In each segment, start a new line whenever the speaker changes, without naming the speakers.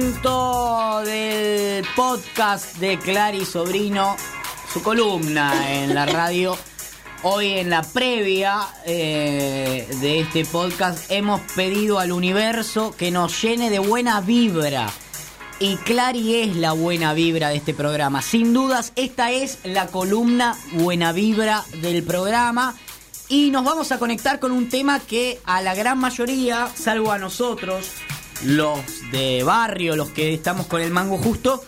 gustó del podcast de Clary Sobrino, su columna en la radio. Hoy en la previa eh, de este podcast hemos pedido al universo que nos llene de buena vibra. Y Clary es la buena vibra de este programa. Sin dudas, esta es la columna buena vibra del programa. Y nos vamos a conectar con un tema que a la gran mayoría, salvo a nosotros, los de barrio, los que estamos con el mango justo,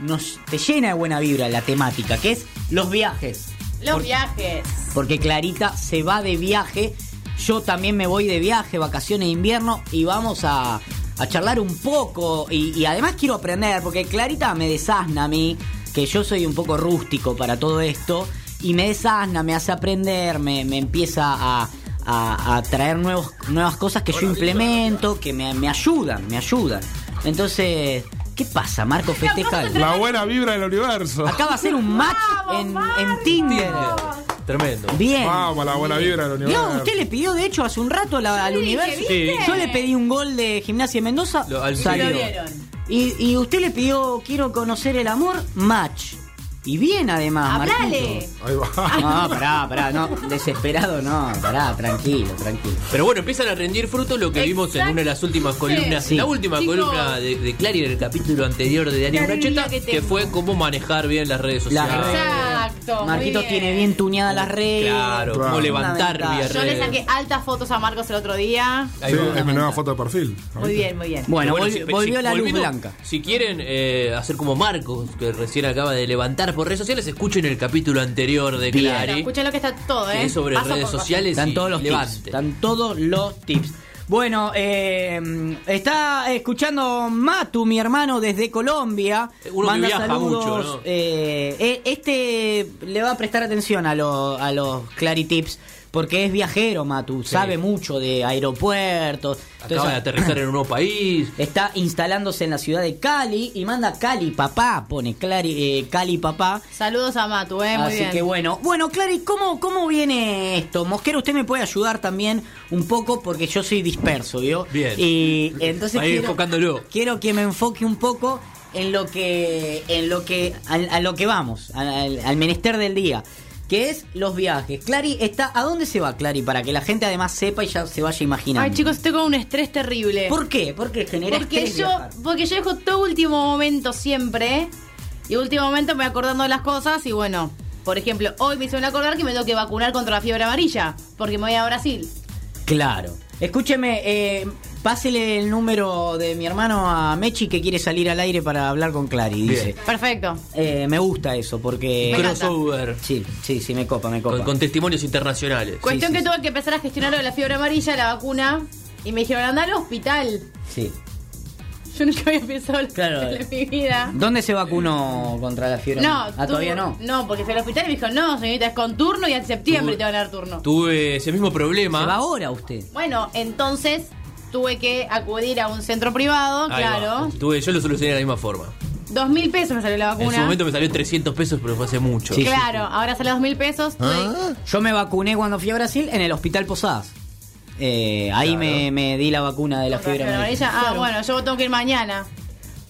nos te llena de buena vibra la temática, que es los viajes.
Los
Por-
viajes.
Porque Clarita se va de viaje, yo también me voy de viaje, vacaciones de invierno, y vamos a, a charlar un poco. Y, y además quiero aprender, porque Clarita me desasna a mí, que yo soy un poco rústico para todo esto, y me desasna, me hace aprender, me, me empieza a, a- a traer nuevos, nuevas cosas que yo implemento, que me, me ayudan, me ayudan. Entonces, ¿qué pasa, Marco? Festeja. algo.
La buena vibra del universo.
Acá va a ser un match
Vamos,
en, en
Marco.
Tinder.
Tremendo.
Bien.
Vamos, la buena vibra del universo.
Dios, usted le pidió, de hecho, hace un rato la- al
le dije,
universo.
¿viste?
Yo le pedí un gol de Gimnasia de Mendoza.
Lo- al-
Y
salió.
lo
Salió.
vieron.
Y, y usted le pidió, quiero conocer el amor, match. Y bien, además.
Hablale.
Marquito.
Ahí va.
No, pará, pará, no. Desesperado, no. Pará, tranquilo, tranquilo.
Pero bueno, empiezan a rendir frutos lo que vimos en
Exacto.
una de las últimas columnas.
Sí.
La última
Chicos.
columna de, de Clary del capítulo anterior de Daniel
La
Bracheta,
alegría
que,
que tengo.
fue cómo manejar bien las redes
Las
sociales.
redes.
Exacto. muy
Marquito
bien.
tiene bien tuneadas las redes.
Claro, cómo
Claro.
levantar
Fundamental.
vía
Yo le
redes.
saqué altas fotos a Marcos el otro día.
Ahí
Sí,
va.
es mi nueva foto de perfil.
Muy bien, muy bien.
Bueno,
Bueno,
volvi-
si-
volvió
si-
la luz
volviendo,
blanca.
Si quieren eh, hacer como Marcos, que recién acaba de levantar por redes sociales, escuchen el capítulo anterior de
Bien.
Bueno,
Clary.
escuchen lo que está todo,
que
¿eh?
es sobre
Paso
redes
por paso.
sociales y
Están todos los tips.
levante.
Están todos los tips. Bueno, eh, está escuchando Matu, mi hermano, desde Colombia.
Eh, Uno que viaja mucho, ¿no?
eh, eh, este le va a prestar atención a, lo- a los Claritips porque es viajero, Matu. Sabe mucho de aeropuertos.
Acaba de
Entonces,
aterrizar en un nuevo país.
Está instalándose en la ciudad de Cali y manda Cali papá, pone Clari, eh, Cali papá.
Saludos a Matu, ¿eh? Muy
Así
bien.
que bueno. Bueno, Clary, ¿cómo, ¿cómo viene esto? Mosquero, usted me puede ayudar también un poco porque yo soy disperso, ¿vio?
Bien.
Y entonces
Ahí
quiero,
enfocándolo.
quiero que me enfoque un poco en lo que. en lo que. a, a lo que vamos, al, al- al menester del día. Que es los viajes. Clary está. ¿A dónde se va, Clary? Para que la gente además sepa y ya se vaya imaginando.
Ay, chicos, estoy con un estrés terrible.
¿Por qué? ¿Por qué genera
Porque
estrés
yo,
viajar?
porque yo dejo todo último momento siempre. Y último momento me voy acordando de las cosas. Y bueno, por ejemplo, hoy me hicieron acordar que me tengo que vacunar contra la fiebre amarilla. Porque me voy a Brasil.
Claro. Escúcheme, eh, pásele el número de mi hermano a Mechi que quiere salir al aire para hablar con Clary, dice.
Bien.
Perfecto.
Eh, me gusta eso porque...
Me encanta.
Crossover.
Sí, sí, sí, me copa, me
Con,
copa.
con testimonios internacionales.
Cuestión
sí,
que
sí.
tuve que empezar a gestionar lo de la fiebre amarilla, la vacuna. Y me dijeron, andar al hospital.
Sí.
Yo nunca había pensado en el
Claro.
hospital en mi vida.
¿Dónde se vacunó contra la fiebre?
No,
Ah,
tuve-
todavía no.
No, porque fue al hospital y me dijo, no, señorita, es con turno y en septiembre
Tuve-
te van a dar turno.
Tuve ese mismo
Se va
problema.
ahora usted.
Bueno, entonces tuve que acudir a un centro privado,
Ahí va.
claro.
Tuve, yo lo solucioné de la misma forma.
Dos mil pesos me salió la
En
vacuna.
su momento me salió 300 pesos, pero fue hace mucho.
Sí.
claro, ahora sale dos mil pesos.
Ah,
tuve-
Yo me vacuné cuando fui a Brasil en el Hospital Posadas. Eh, ahí me, me di la vacuna de la
contra
fiebre amarilla.
Ah, bueno, yo tengo que ir mañana.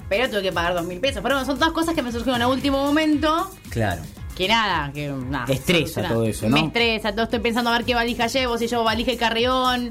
Pero tuve que pagar dos mil pesos. Pero bueno, son todas cosas que me surgieron a último momento.
Claro.
Que nada, que nada.
Estresa
solucionado.
todo eso, ¿no?
Me estresa, todo estoy pensando a ver qué valija llevo, si llevo valija y carrión,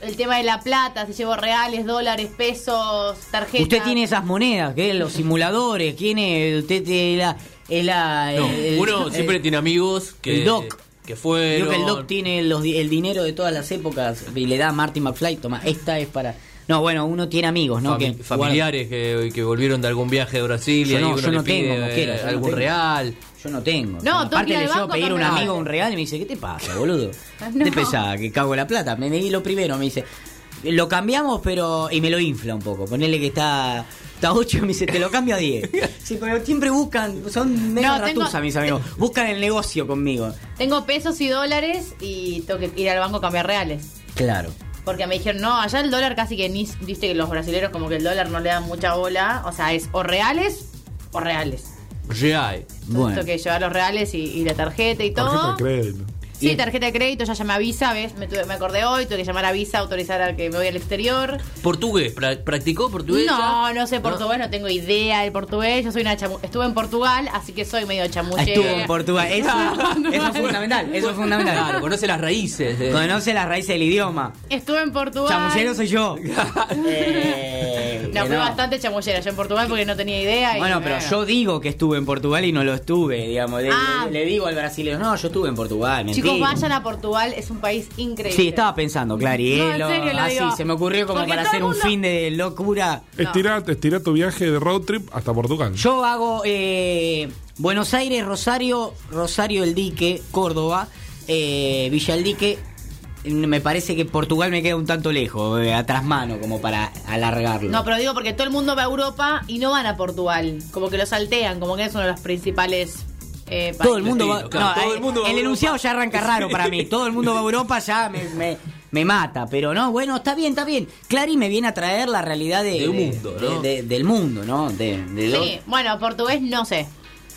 el tema de la plata, si llevo reales, dólares, pesos, tarjetas.
Usted tiene esas monedas, que los simuladores, tiene usted tiene la, es la-
No,
el-
uno
el-
siempre tiene amigos que,
Eh, el doc.
que fueron.
Creo que el Doc tiene los di- el dinero de todas las épocas y le da a Marty McFly, toma, esta es para... No, bueno, uno tiene amigos, ¿no?
fami-
que,
familiares que, que volvieron de algún viaje de Brasil
Yo
y ahí
no,
uno
yo
le
no
pide,
tengo, como quiera,
eh,
yo no
algún
tengo.
real.
Yo no tengo.
No, tengo que
aparte
ir
le
al
llevo a
banco
pedir a un
también.
amigo un real y me dice, ¿qué te pasa, boludo?
No.
¿Te pesa que cago la plata? Me, me di lo primero, me dice, lo cambiamos pero... y me lo infla un poco. Ponele que está... Está 8 me dice, te lo cambio a 10. Sí, pero siempre buscan, son medio
No, tengo-
ratusa mis amigos. Buscan el negocio conmigo.
Tengo pesos y dólares y tengo que ir al banco a cambiar reales.
Claro.
Porque me dijeron, no, allá el dólar casi que ni. Viste que los brasileños como que el dólar no le dan mucha bola. O sea, es o reales o reales.
Real.
Entonces
Bueno.
Tengo que llevar los reales y, y la tarjeta y
Tarjeta
todo.
de crédito.
Y-
Sí, tarjeta de crédito, ya llamé a Visa, ¿ves? Me, tuve- me acordé hoy, tuve que llamar a Visa, autorizar a que me voy al exterior.
¿Portugués? Pra- ¿Practicó portugués?
No,
ya?
no sé portugués, no, tengo idea del portugués. Yo soy una chamu- estuve en Portugal, así que soy medio chamullera.
Estuvo en Portugal. Eso, eso es fundamental, eso es
Claro,
fundamental.
conoce las raíces. de-
Conoce las raíces del idioma.
Estuve en Portugal.
Chamullero soy yo. Eh,
No,
que
fui
no.
bastante chamullera yo en Portugal porque no tenía idea. y
Bueno, pero yo digo que estuve en Portugal y no lo estuve, digamos. Le,
Ah.
le- le digo al brasileño, no, yo estuve en Portugal, mentira.
Chicos, vayan a Portugal, es un país increíble.
Sí, estaba pensando,
No, en
Clarielo.
serio, lo
así,
digo.
se me ocurrió como
Porque
para
todo
hacer
el
un
mundo-
fin de locura.
Estirá, estirá tu viaje de road trip hasta Portugal.
Yo hago eh, Buenos Aires, Rosario, Rosario el Dique, Córdoba, eh, Villa el Dique. Me parece que Portugal me queda un tanto lejos, eh, atrás mano, como para alargarlo.
No, pero digo porque todo el mundo va a Europa y no van a Portugal. Como que lo saltean, como que es uno de los principales eh,
todo el
países.
mundo va,
Sí, claro,
no,
todo
eh,
el mundo va
el
a
enunciado
Europa.
ya arranca raro para mí. Todo el mundo va a Europa ya me, me- me mata. Pero no, bueno, está bien, está bien. Clary me viene a traer la realidad de,
Del mundo, ¿no?
de- de- del mundo, ¿no? De, de dos-
Sí, bueno, portugués no sé.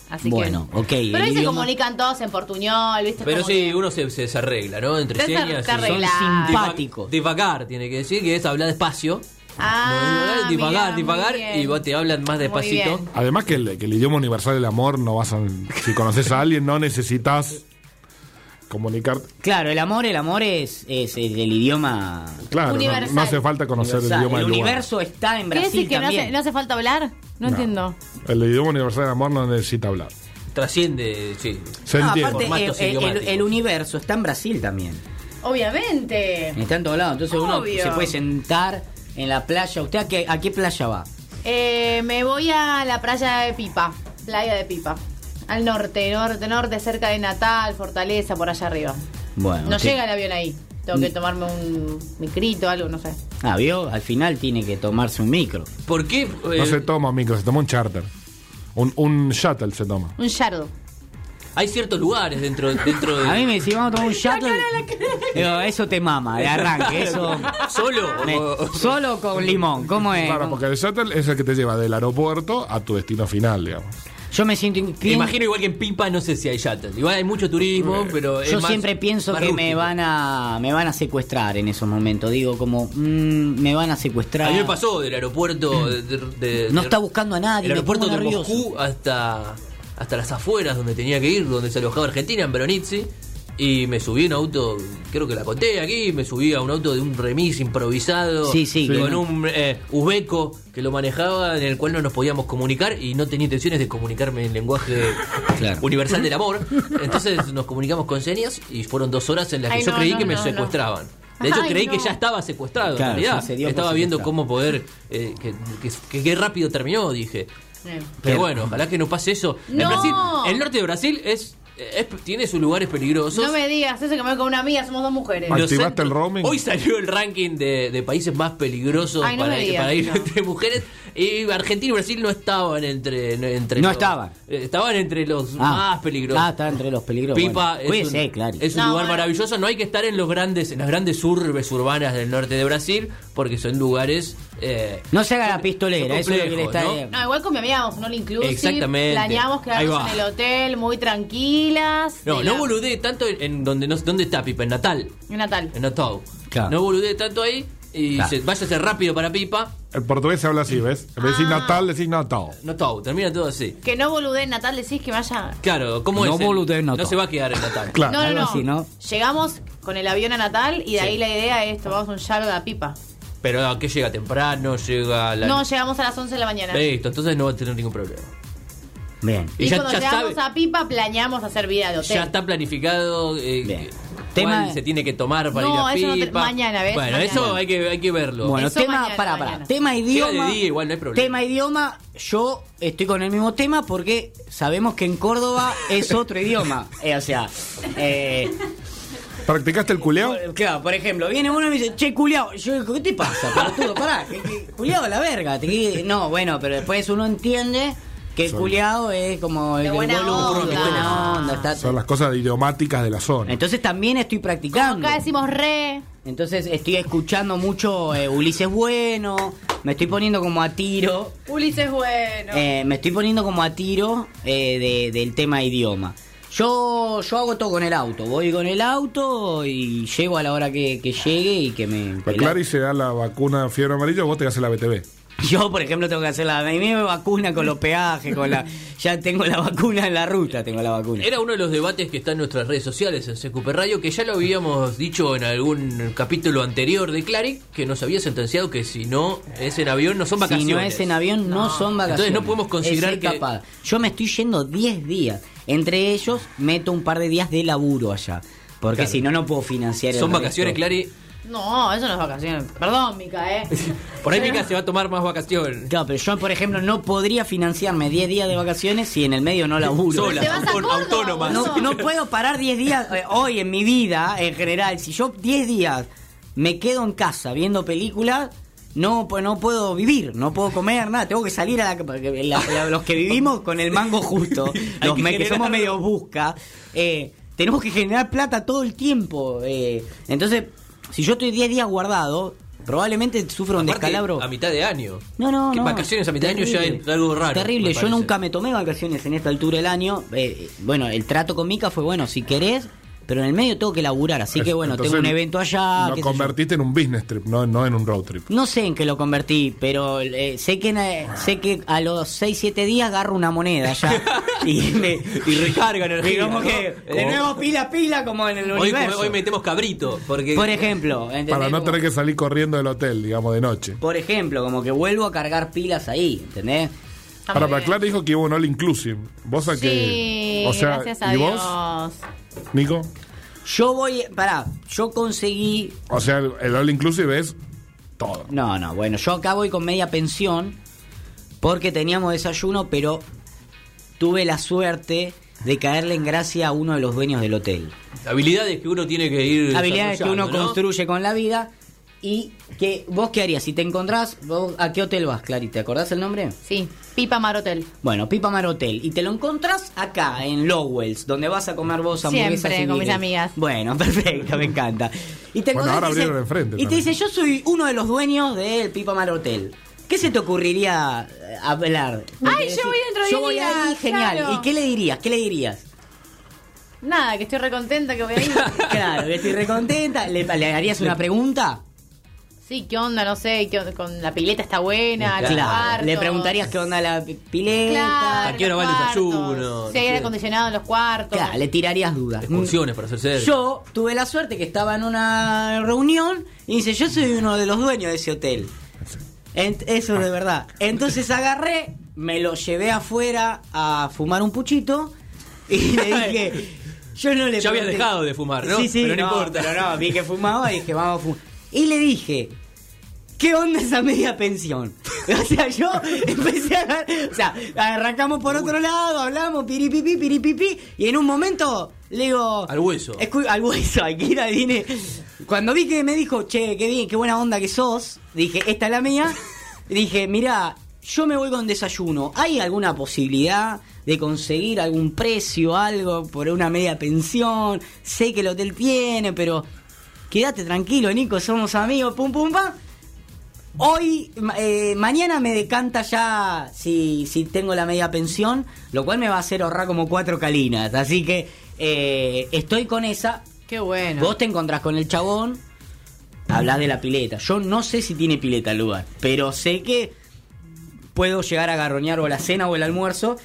Así
Bueno,
que.
ok, el
Pero ahí se
idioma-
comunican todos en portuñol, ¿viste?
Pero
Como
sí,
que-
uno se, se desarregla, ¿no? Entre
Te
señas.
se
y-
son
arregla.
simpáticos.
Divagar tiene que decir, que es hablar despacio.
Ah,
No, divagar,
mira,
divagar,
muy bien.
y vos te hablan más
Muy
despacito.
bien.
Además que el, que el idioma universal del amor no vas a... Si conoces a alguien no necesitas comunicarte.
Claro, el amor, el amor es, es el del idioma.
Claro, no- no,
Universal.
hace falta conocer
universal.
el idioma
el
del lugar.
universo está en
¿Qué
Brasil
decís que no
también.
hace, no hace falta hablar? No, entiendo.
El idioma universal del amor no necesita hablar.
Trasciende, sí.
Se
No,
entiende.
aparte,
Formatos
eh, eh, el,
idiomáticos.
el universo está en Brasil también.
Obviamente.
Está en todos lados. Entonces uno
Obvio.
se puede sentar en la playa. ¿Usted a qué, a qué playa va?
Eh, me voy a la playa de Pipa, playa de Pipa. Al norte, norte, norte, cerca de Natal, Fortaleza, por allá arriba.
Bueno,
No
ok.
llega el avión ahí. Tengo
Mm.
que tomarme un micrito, algo, no sé.
Ah, vio, al final tiene que tomarse un micro.
¿Por qué? eh,
No se toma un micro, se toma un charter. Un, un shuttle se toma.
Un yardo.
hay ciertos lugares dentro, dentro de.
A mí me decían, vamos a tomar un shuttle. Digo, eso te mama, de arranque, eso.
¿Solo?
Me-
o-
solo con limón, ¿cómo es?
Claro, porque el shuttle es el que te lleva del aeropuerto a tu destino final, digamos.
Yo me siento.
Me
bien-
imagino igual que en Pipa no sé si hay yates. Igual hay mucho turismo, pero es
Yo
más-
siempre pienso
más
que me
rústico.
van a me van a secuestrar en esos momentos. Digo como mm, me van a secuestrar.
A mí me pasó del aeropuerto de, de-
No
de-
está buscando a nadie.
El
me pongo
aeropuerto de
nervioso.
Moscú hasta, hasta las afueras donde tenía que ir, donde se alojaba Argentina, en Veronitzi. Y me subí en un auto, creo que la conté aquí, me subí a un auto de un remis improvisado.
Sí, sí,
Con
que-
un eh, uzbeco que lo manejaba, en el cual no nos podíamos comunicar y no tenía intenciones de comunicarme en lenguaje
Claro.
universal del amor. Entonces nos comunicamos con señas y fueron dos horas en las que
Ay,
yo
no,
creí
no,
que me
no, no.
secuestraban. De hecho,
Ay,
creí que
no.
ya estaba secuestrado,
Claro,
en realidad.
sí, se dio por
Estaba viendo
secuestrado.
cómo poder. eh, que, que- que rápido terminó, dije.
Eh.
Pero
Pero-
bueno, ojalá que no pase eso. En
¡No!
Brasil- el norte de Brasil es, es- tiene sus lugares peligrosos.
No me digas eso que me voy con una amiga, somos dos mujeres.
Mal-
Los
¿Activaste
centros-
el roaming?
Hoy salió el ranking de, de países más peligrosos
Ay, no
para,
me
ir-
digas,
para ir
no.
entre mujeres. Y Argentina y Brasil no estaban entre. entre
No
los-
estaban.
eh, Estaban entre los
Ah.
más peligrosos.
Ah, está entre los peligrosos.
Pipa
Bueno,
es
cuídese,
un,
Clary.
es un
No,
lugar
bueno.
maravilloso. No hay que estar en los grandes, en las grandes urbes urbanas del norte de Brasil, porque son lugares eh,
No se haga la
son
pistolera, eso es lo que le está.
complejos,
No, igual con mi amiga vamos, no le inclusive.
Exactamente.
Planeamos
Ahí
quedarnos
va.
en el hotel muy tranquilas.
No,
de
no
la-
boludeé tanto en, en donde no, ¿dónde está Pipa, en Natal,
En Natal.
en Natal.
Claro.
No boludeé tanto ahí y
Claro.
se- váyase rápido para Pipa,
El portugués se habla así, ¿ves?
Ah.
En vez de decir natal, decís natal.
Natal, termina todo así.
Que no boludé en Natal, decís que vaya.
Claro, ¿cómo
No
es? el-
boludeé en
No
Natal.
se va a quedar en Natal.
Claro.
No, no,
algo
no.
así, ¿no?
Llegamos con el avión a Natal y de ahí la idea es tomamos un yardo a pipa.
Pero ¿a qué llega temprano? Llega a la...
No, llegamos a las 11 de la mañana.
Listo, entonces no va a tener ningún problema.
Bien.
Y,
Y ya-
cuando
ya
llegamos
sabe-
a pipa, planeamos hacer vida de hotel.
Ya está planificado eh,
Bien.
cuál
Tema-
se tiene que tomar para
No,
ir
eso
a
no te-
Pipa.
mañana, ¿ves?
Bueno,
Mañana.
eso hay que, hay que verlo.
Bueno,
Eso
tema,
mañana,
para, para.
mañana.
Tema
Llega
idioma.
de día, igual no hay problema.
Tema idioma, yo estoy con el mismo tema porque sabemos que en Córdoba es otro idioma. Eh, o sea, eh,
¿Practicaste el culeado?
por- claro, por ejemplo, viene uno y me dice, che, culiao. Yo digo, ¿qué te pasa, pelotudo? Pará, que- que- culiao a la verga. te que- No, bueno, pero después uno entiende que el
Son-
culiao es como el,
De
el
buena
boludo,
onda.
de buena onda, está-
Son las cosas idiomáticas de la zona.
Entonces también estoy practicando.
Acá decimos re.
Entonces estoy escuchando mucho eh, Ulises Bueno, me estoy poniendo como a tiro.
Ulises bueno.
Eh, me estoy poniendo como a tiro eh, de- del eh, tema idioma. Yo, yo hago todo con el auto. Voy con el auto y llego a la hora que, que llegue y que me.
La
que
Clary se da la vacuna fiebre amarilla, vos te haces la BTV.
Yo, por ejemplo, tengo que hacer la. A mí me vacuna con los peajes, con la. Ya tengo la vacuna en la ruta, tengo la vacuna.
Era uno de los debates que está en nuestras redes sociales en CQP Radio, que ya lo habíamos dicho en algún capítulo anterior de Clary, que nos había sentenciado que si no es en avión no son
Si
vacaciones.
no es en avión, no, son vacaciones.
Entonces no podemos considerar
Es
que-
escapada. Yo me estoy yendo 10 días. Entre ellos, meto un par de días de laburo allá. Porque
Claro.
si no, no puedo financiar el
Son
resto.
vacaciones, Clary.
No, eso no es vacaciones. Perdón, Mica, ¿eh?
Por ahí Mica se va a tomar más vacaciones.
Claro, pero yo, por ejemplo, no podría financiarme 10 días de vacaciones si en el medio no laburo.
Sola,
Te vas a
autor-
Córdoba,
autónoma.
No, no puedo parar 10 días eh, hoy en mi vida, en general. Si yo 10 días me quedo en casa viendo películas, no, pu- no puedo vivir, no puedo comer, nada. Tengo que salir a la, porque la- la- los que vivimos con el mango justo,
Hay
los
que
me- que
generar-
somos medio busca. eh, tenemos que generar plata todo el tiempo. eh. Entonces, si yo estoy 10 días guardado, probablemente sufro un
Aparte,
descalabro.
A mitad de año.
No, no,
Que
no.
Vacaciones a mitad de año ya
Terrible.
es algo raro.
Terrible,
me
yo
parece.
nunca me tomé vacaciones en esta altura del año. Eh, eh, bueno, el trato con Mica fue bueno, si querés, pero en el medio tengo que laburar, así que bueno,
Pues, Entonces,
tengo un evento allá. qué
Lo
sé yo.
convertiste en un business trip, no, no en un road trip.
No sé en qué lo convertí, pero eh, sé que en, eh, sé que a los 6, 7 días agarro una moneda ya y, me,
Y recarga energía,
y como
¿no?
que de
Como-
nuevo pila pila como en el
Hoy,
universo.
hoy metemos cabrito. Porque
Por ejemplo, ¿entendés?
Para no
Como-
tener que salir corriendo del hotel, digamos, de noche.
por ejemplo, como que vuelvo a cargar pilas ahí, ¿entendés?
Está muy
Para, para
bien.
Clary dijo que iba a un all inclusive. Vos a
Sí,
que. O sea,
gracias a
¿y
Dios.
vos, Nico?
Yo voy, pará, yo conseguí
O sea, el, el all inclusive es todo.
No, no, bueno, yo acá voy con media pensión porque teníamos desayuno, pero tuve la suerte de caerle en gracia a uno de los dueños del hotel.
habilidades que uno tiene que ir.
Habilidades que uno
desarrollando, ¿no?
construye con la vida y que vos qué harías si te encontrás, vos, ¿a qué hotel vas, Clary? ¿Te acordás el nombre?
Sí, Pipa Marotel.
Bueno, Pipa Mar Hotel. Y te lo encontrás acá, en Lowell's, donde vas a comer vos hamburguesas.
Siempre,
y
con mis
migas.
amigas.
Bueno, perfecto, me encanta. Y te
Bueno,
encontrás
ahora
y te dice-
abrieron enfrente
Y te
también.
dice, yo soy uno de los dueños del Pipa Mar Hotel. ¿Qué se te ocurriría eh, hablar?
Ay,
Decir,
yo voy dentro de
Yo
diez
voy
días,
ahí, genial.
claro.
¿Y qué le dirías? ¿Qué le dirías?
Nada, que estoy recontenta que voy a ir.
Claro, que estoy recontenta. ¿Le, le harías una pregunta?
Sí, ¿qué onda? No sé, ¿qué onda? con la pileta está buena, los cuartos.
Le preguntarías qué onda la pi- pileta.
Claro,
¿A qué hora va el
los
desayuno?
cuartos, Si
No
hay
sé.
aire acondicionado en los cuartos.
Claro, le tirarías dudas.
Excursiones para hacerse.
Mm. Yo tuve la suerte que estaba en una reunión y dice, yo soy uno de los dueños de ese hotel. Ent- eso es de verdad. Entonces agarré, me lo llevé afuera a fumar un puchito y le dije, yo no le
Ya habías
pregunté-
dejado de fumar, ¿no?
Sí, sí,
Pero no importa.
Pero no, vi que fumaba y dije, vamos a fumar. Y le dije, ¿Qué onda esa media pensión? O sea, yo empecé a agar- O sea, arrancamos por otro lado, hablamos, piripipi, piripipi, y en un momento le digo.
Al hueso.
"Escu- Al hueso, hay que ir a Dine. Cuando vi que me dijo, che, qué bien, qué buena onda que sos, dije, esta es la mía. Dije, mirá, yo me voy con desayuno. ¿Hay alguna posibilidad de conseguir algún precio, algo, por una media pensión? Sé que el hotel tiene, pero. Quédate tranquilo, Nico, somos amigos, pum, pum, pam. Hoy, ma- eh, mañana me decanta ya si, si tengo la media pensión, lo cual me va a hacer ahorrar como cuatro calinas. Así que eh, estoy con esa.
Qué bueno.
Vos te encontrás con el chabón, hablas de la pileta. Yo no sé si tiene pileta el lugar, pero sé que puedo llegar a garroñar o la cena o el almuerzo.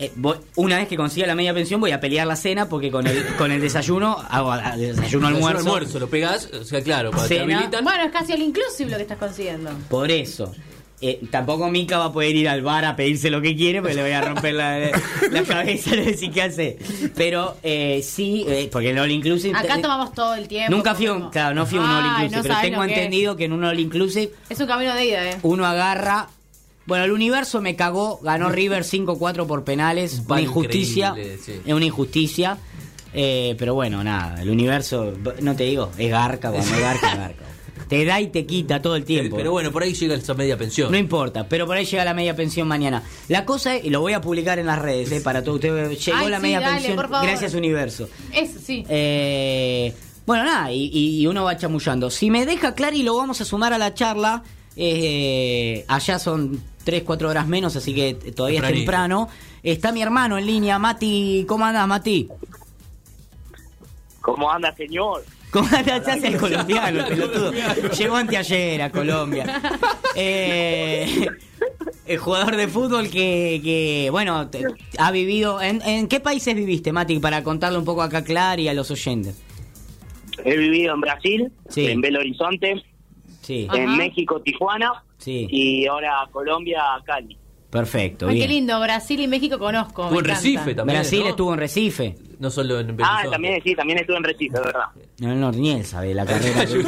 Eh, voy- una vez que consiga la media pensión voy a pelear la cena porque con el, con el desayuno hago ah, desayuno
almuerzo.
almuerzo.
almuerzo, lo pegás, o sea, claro, para te
Cena.
habilitan.
Bueno, es casi el inclusive lo que estás consiguiendo.
Por eso. Eh, tampoco Mica va a poder ir al bar a pedirse lo que quiere, porque le voy a romper la, la cabeza, le voy a decir qué hace. Pero eh, sí, eh, porque el All Inclusive.
Acá tomamos todo el tiempo.
Nunca fui a un, claro, no fui a un All
Ay,
Inclusive,
no
pero
sabés
tengo
lo que
entendido Uh. que en un All Inclusive
Es. Es un camino de ida, ¿eh?
uno agarra. Bueno, el universo me cagó, ganó River 5-4 por penales,
Pan
una injusticia.
increíble, sí.
Es una injusticia. Eh, pero bueno, nada, el universo, no te digo, es garca, cuando es garca, es garca. Te da y te quita todo el tiempo.
eh, Pero bueno, por ahí llega esa media pensión.
No importa, pero por ahí llega la media pensión mañana. La cosa es, y lo voy a publicar en las redes, eh, para todos ustedes. Llegó
Ay,
la
sí,
media
dale,
pensión.
por favor.
Gracias, universo.
Eso, sí.
Eh, bueno, nada, y, y- y uno va chamullando. Si me deja Clary, lo vamos a sumar a la charla. Eh, allá son 3, 4 horas menos, así que todavía
Tempranito.
es temprano. Está mi hermano en línea, Mati. ¿Cómo andás, Mati?
¿Cómo anda, señor?
¿Cómo te haces el colombiano, pelotudo? Llegó anteayer a Colombia. Eh, el jugador de fútbol que, que, bueno, te- ha vivido... ¿en, en qué países viviste, Mati? Para contarle un poco acá a Clar y a los oyentes.
He vivido en Brasil,
Sí.
en Belo Horizonte,
Sí,
Ajá.
en México, Tijuana
Sí.
y ahora Colombia, Cali.
perfecto,
Ay, qué
bien.
lindo, Brasil y México conozco. me
Estuvo en
encanta.
Recife también.
Brasil
¿no?
estuvo en Recife.
No solo en
Ah,
Belo
también sí, también estuve en Recife, es verdad.
No, no, ni él sabe la carrera. que-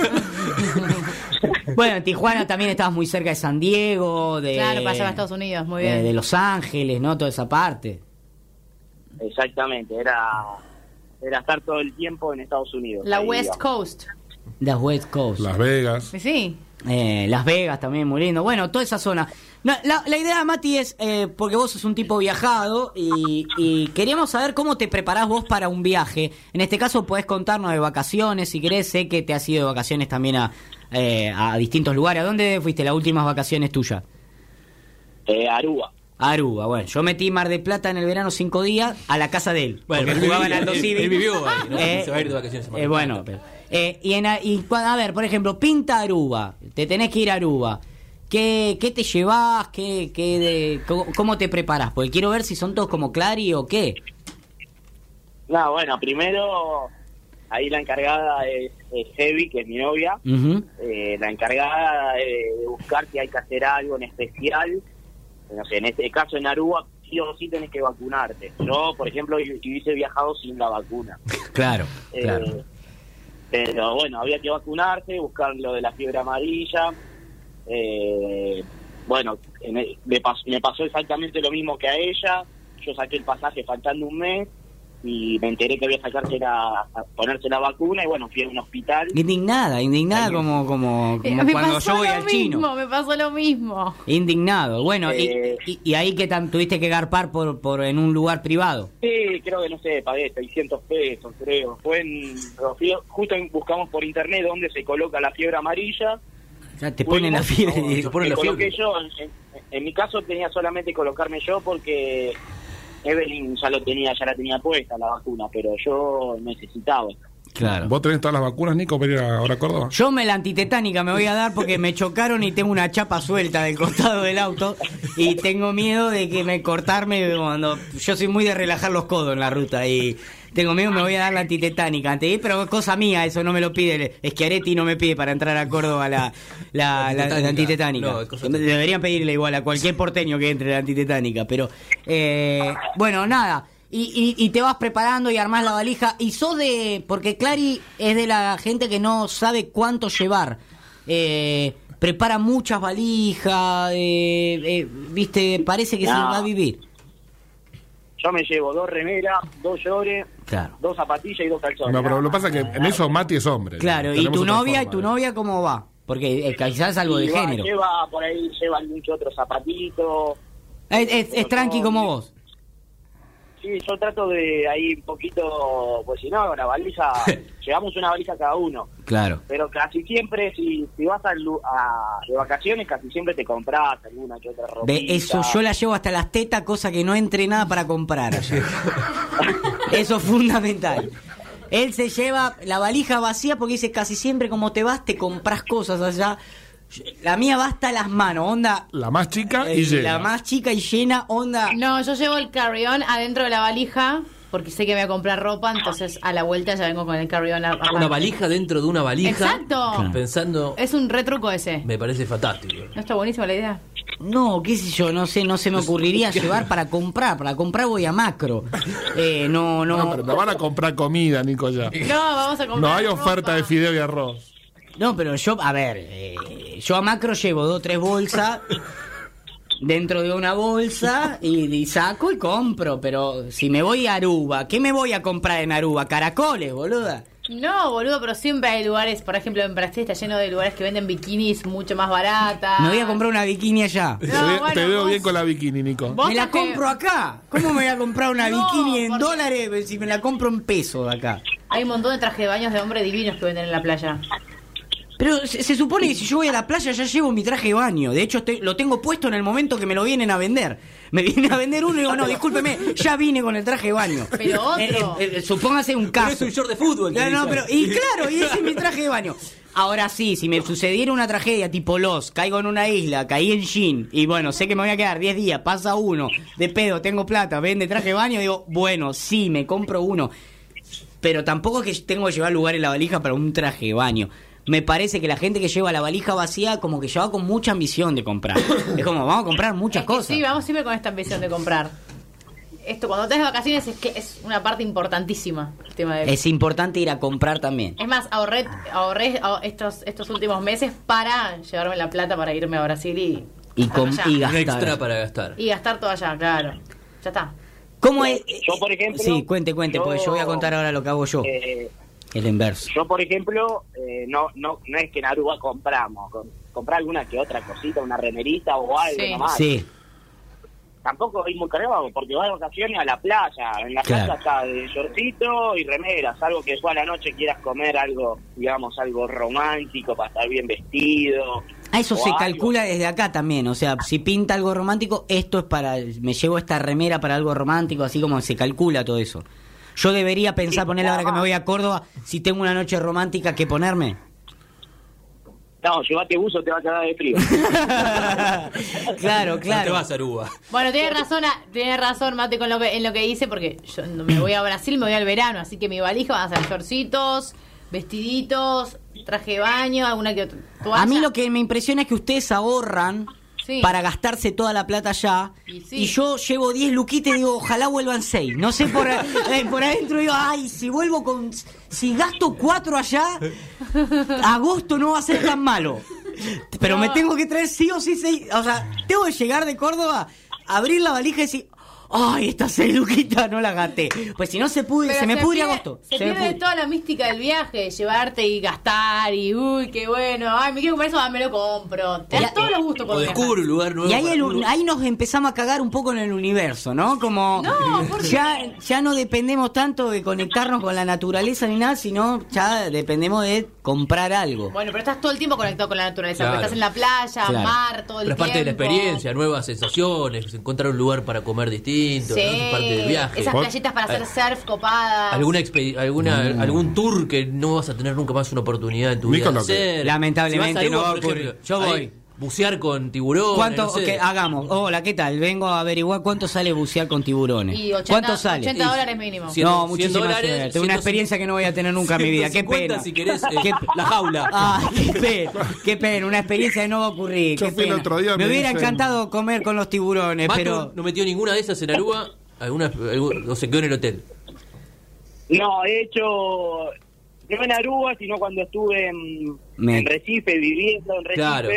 bueno, en Tijuana también estabas muy cerca de San Diego, de...
Claro, para allá a Estados Unidos, muy
eh,
bien.
de Los Ángeles, ¿no? Toda esa parte.
Exactamente, era, era estar todo el tiempo en Estados Unidos.
La
ahí,
West
digamos.
Coast.
Las West Coast.
Las Vegas.
Sí.
Eh, Las Vegas también, muy lindo. Bueno, toda esa zona. No, la, la idea, Mati, es, eh, porque vos sos un tipo viajado y, y queríamos saber cómo te preparás vos para un viaje. En este caso podés contarnos de vacaciones, si querés, sé que te has ido de vacaciones también a, eh, a distintos lugares. ¿A dónde fuiste las últimas vacaciones tuyas?
Eh, Aruba.
A Aruba, bueno, yo metí Mar de Plata en el verano cinco días a la casa de él.
Bueno,
porque
él
jugaban
vivía-
al Aldo
él-
Civi.
él vivió ahí, ¿no?
Eh,
Se va a ir de vacaciones a Mar
eh,
del
bueno,
Plata.
pero- eh, y, en, a- y cua- a ver, por ejemplo, pinta Aruba, te tenés que ir a Aruba. ¿Qué, qué te llevas? ¿Qué, qué de- cómo, cómo te preparás? Porque quiero ver si son todos como Clary o qué.
No, bueno, primero ahí la encargada es, es Heavy, que es mi novia.
Ujú.
Eh, la encargada de, de buscar si hay que hacer algo en especial. No sé, en este caso en Aruba sí o sí tenés que vacunarte. Yo, por ejemplo, hu- hubiese viajado sin la vacuna.
Claro,
Eh,
claro.
Pero bueno, había que vacunarse, buscar lo de la fiebre amarilla. Eh, bueno, en el- me, pas- me pasó exactamente lo mismo que a ella. Yo saqué el pasaje faltando un mes y me enteré que había que sacarse la, a- ponerse la vacuna y bueno, fui a un hospital.
Indignada, indignada como, como,
Eh,
como
me
cuando
pasó
yo voy
lo
al
mismo,
chino.
me pasó lo mismo.
Indignado. Bueno, y-
Eh.
y, y ahí que tan, tuviste que garpar por, por en un lugar privado.
Sí, creo que no sé, pagué 600 pesos, creo. Fue en. Rocío- Justo en- buscamos por internet dónde se coloca la fiebre amarilla.
Ya te ponen la
Fuimos,
fiebre. directa.
Te ponen
me
la
coloqué
fiebre.
yo. En, en- en mi caso tenía solamente que colocarme yo porque Evelyn ya lo tenía, ya la tenía puesta la vacuna, pero yo necesitaba.
Claro.
¿Vos tenés todas las vacunas, Nico, para ir a- ahora a Córdoba?
Yo me la antitetánica me voy a dar porque me chocaron y tengo una chapa suelta del costado del auto y tengo miedo de que me cortarme cuando yo soy muy de relajar los codos en la ruta y tengo miedo me voy a dar la antitetánica antes de ir, pero es cosa mía, eso no me lo pide, Eschiaretti no me pide para entrar a Córdoba la, la, la- la antitetánica.
Antitetánica. No, es cosa tuya.
Deberían pedirle igual a cualquier porteño que entre a la antitetánica, pero eh, bueno, nada. Y, y- y te vas preparando y armás la valija. Y sos de. Porque Clary es de la gente que no sabe cuánto llevar. Eh, prepara muchas valijas. eh, eh, Viste, parece que se
No.
va a vivir.
Yo me llevo dos remeras, dos llores,
Claro.
dos zapatillas y dos calzones.
No, pero lo que pasa es que en eso Mati es hombre.
Claro, y
Eh, Tenemos
tu
otra
novia,
forma
¿y tu
de-
novia cómo va? Porque eh, quizás algo de
Y va,
género.
Lleva por ahí, lleva algún que otro zapatito.
Es, es, es tranqui como vos.
Sí, yo trato de ahí un poquito, pues si no, la valija, llevamos una valija cada uno,
Claro.
pero casi siempre, si, si vas al lu- a, de vacaciones, casi siempre te compras alguna que otra ropa.
Ve, eso yo la llevo hasta las tetas, cosa que no entre nada para comprar. allá. eso es fundamental. Él se lleva la valija vacía porque dice casi siempre como te vas te compras cosas allá. La mía va hasta las manos, onda.
La más chica y
eh,
llega.
la más chica y llena, onda.
No, yo llevo el carry-on adentro de la valija porque sé que voy a comprar ropa, entonces a la vuelta ya vengo con el carry-on. a- a-
Una valija dentro de una valija.
Exacto. Claro.
Pensando,
Es un retruco ese.
me parece fantástico.
¿No está buenísima la idea?
No, qué sé yo, no sé, no se me ocurriría llevar para comprar. Para comprar voy a macro. Eh, no, no.
No, pero no van a comprar comida, Nico, ya.
No, vamos a comprar
No hay
ropa.
oferta de fideo y arroz.
No, pero yo, a ver, eh, yo a macro llevo dos, tres bolsas dentro de una bolsa y, y saco y compro, pero si me voy a Aruba, ¿qué me voy a comprar en Aruba? Caracoles, boluda.
No, boludo, pero siempre hay lugares, por ejemplo, en Brasil está lleno de lugares que venden bikinis mucho más baratas.
Me voy a comprar una bikini allá.
Te
No,
ve-
bueno,
te veo
vos-
bien con la bikini, Nico.
Vos
Me la
que-
compro acá. ¿Cómo me voy a comprar una
No,
bikini en
porque-
dólares si me la compro en pesos acá?
Hay un montón de trajes de baños de hombre divinos que venden en la playa.
Pero se, se supone que si yo voy a la playa ya llevo mi traje de baño. De hecho, estoy- lo tengo puesto en el momento que me lo vienen a vender. Me viene a vender uno y digo, no, discúlpeme, ya vine con el traje de baño. Eh,
Pero otro.
supóngase un
Pero
caso.
es un short de fútbol.
No,
te
no,
dicen.
pero. Y claro, y ese es mi traje de baño. Ahora sí, si me sucediera una tragedia tipo Los, caigo en una isla, caí en Shin, y bueno, sé que me voy a quedar 10 días, pasa uno, de pedo, tengo plata, vende traje de baño, digo, bueno, sí, me compro uno. Pero tampoco es que tengo que llevar lugar en la valija para un traje de baño. Me parece que la gente que lleva la valija vacía, como que lleva con mucha ambición de comprar. Es como, vamos a comprar muchas
Es que
cosas.
Sí, vamos siempre con esta ambición de comprar. Esto, cuando estás de vacaciones, es que es una parte importantísima el tema de.
Es importante ir a comprar también.
Es más, ahorré, ahorré ah, estos, estos últimos meses para llevarme la plata para irme a Brasil y,
Y,
hasta
com-
allá.
y
Un
gastar.
extra para gastar.
Y gastar todo allá, claro. Ya está.
¿Cómo es?
Yo, por ejemplo,
Sí, cuente, cuente, porque yo voy a contar ahora lo que hago yo.
Eh,
El inverso.
Yo, por ejemplo, eh, no, no, no es que en Aruba compramos, com- comprar alguna que otra cosita, una remerita o algo
Sí.
nomás.
Sí,
Tampoco es muy cargado, porque vas de vacaciones a la playa. En la
Claro.
playa está de shortito y remera, salvo que después a la noche quieras comer algo, digamos, algo romántico para estar bien vestido.
a Ah, eso
o
se
algo.
calcula desde acá también. O sea, si pinta algo romántico, esto es para. Me llevo esta remera para algo romántico, así como se calcula todo eso. Yo debería pensar, poner ahora
ah,
que me voy a Córdoba, si tengo una noche romántica que ponerme.
No, llévate buzo, te va a quedar de frío.
claro,
No te
claro.
vas a Aruba.
Bueno, tienes razón, ah, tenés razón, Mate, con lo que, en lo que hice, porque yo no me voy a Brasil, me voy al verano, así que mi valija va a ser shortcitos, vestiditos, traje de baño, alguna que otra. toalla.
A mí lo que me impresiona es que ustedes ahorran
Sí.
para gastarse toda la plata allá.
Y
Y,
sí.
yo llevo 10 luquitas y digo, ojalá vuelvan 6. No sé, por, eh, por adentro digo, ay, si vuelvo con. Si gasto 4 allá, agosto no va a ser tan malo. Pero me
No.
tengo que traer sí o sí 6. O sea, tengo que llegar de Córdoba, abrir la valija y decir. Ay, estas seis luquitas no las gasté. Pues si no se pude,
Pero
se me pudre
pierde-
agosto.
Se,
Se me
pierde
pudre.
toda la mística del viaje, llevarte y gastar y uy, qué bueno, ay, me quiero comer eso, ah, me lo compro. Te das
O-
todos los gustos
O
cuando viajas.
descubro un lugar nuevo.
Y ahí,
para
el-
Aruba.
ahí nos empezamos a cagar un poco en el universo, ¿no? Como
No, ¿por qué?
ya, ya no dependemos tanto de conectarnos con la naturaleza ni nada, sino ya dependemos de comprar algo.
Bueno, pero estás todo el tiempo conectado con la naturaleza, porque
Claro.
estás en la playa,
Claro.
mar, todo el
Pero es
tiempo.
parte de la experiencia, nuevas sensaciones, encontrar un lugar para comer distinto,
Sí,
¿no? es parte del viaje.
esas
Por-
playitas para hacer
Al-
surf copadas.
Alguna, expe- alguna algún tour que no vas a tener nunca más una oportunidad en tu
Nico,
vida de
lo que-
hacer.
Lamentablemente
Si vas a Aruba,
no va a
por ejemplo,
ocurrir. Yo
ahí,
voy.
bucear con tiburones.
¿Cuánto?
no sé.
ok, hagamos. Hola, ¿qué tal? Vengo a averiguar cuánto sale bucear con tiburones.
Y 80,
¿Cuánto sale?
80 dólares mínimo.
Sí. 100
no, muchísimas
dólares,
gracias. Tengo
150,
una experiencia que no voy a tener nunca en mi vida. Qué
150
pena.
si querés, eh,
Qué-
la jaula.
Ah, qué pena. Qué pena. Una experiencia que no va a ocurrir.
Yo
qué
fui el
pena.
otro día,
me
me
hubiera
dicen-
encantado comer con los tiburones,
Matu
eh, pero.
no metió ninguna de esas en Aruba, alguna, algún- o se quedó en el hotel.
No, he hecho, no en Aruba, sino cuando estuve en,
Me-
en Recife, viviendo en Recife.
Claro.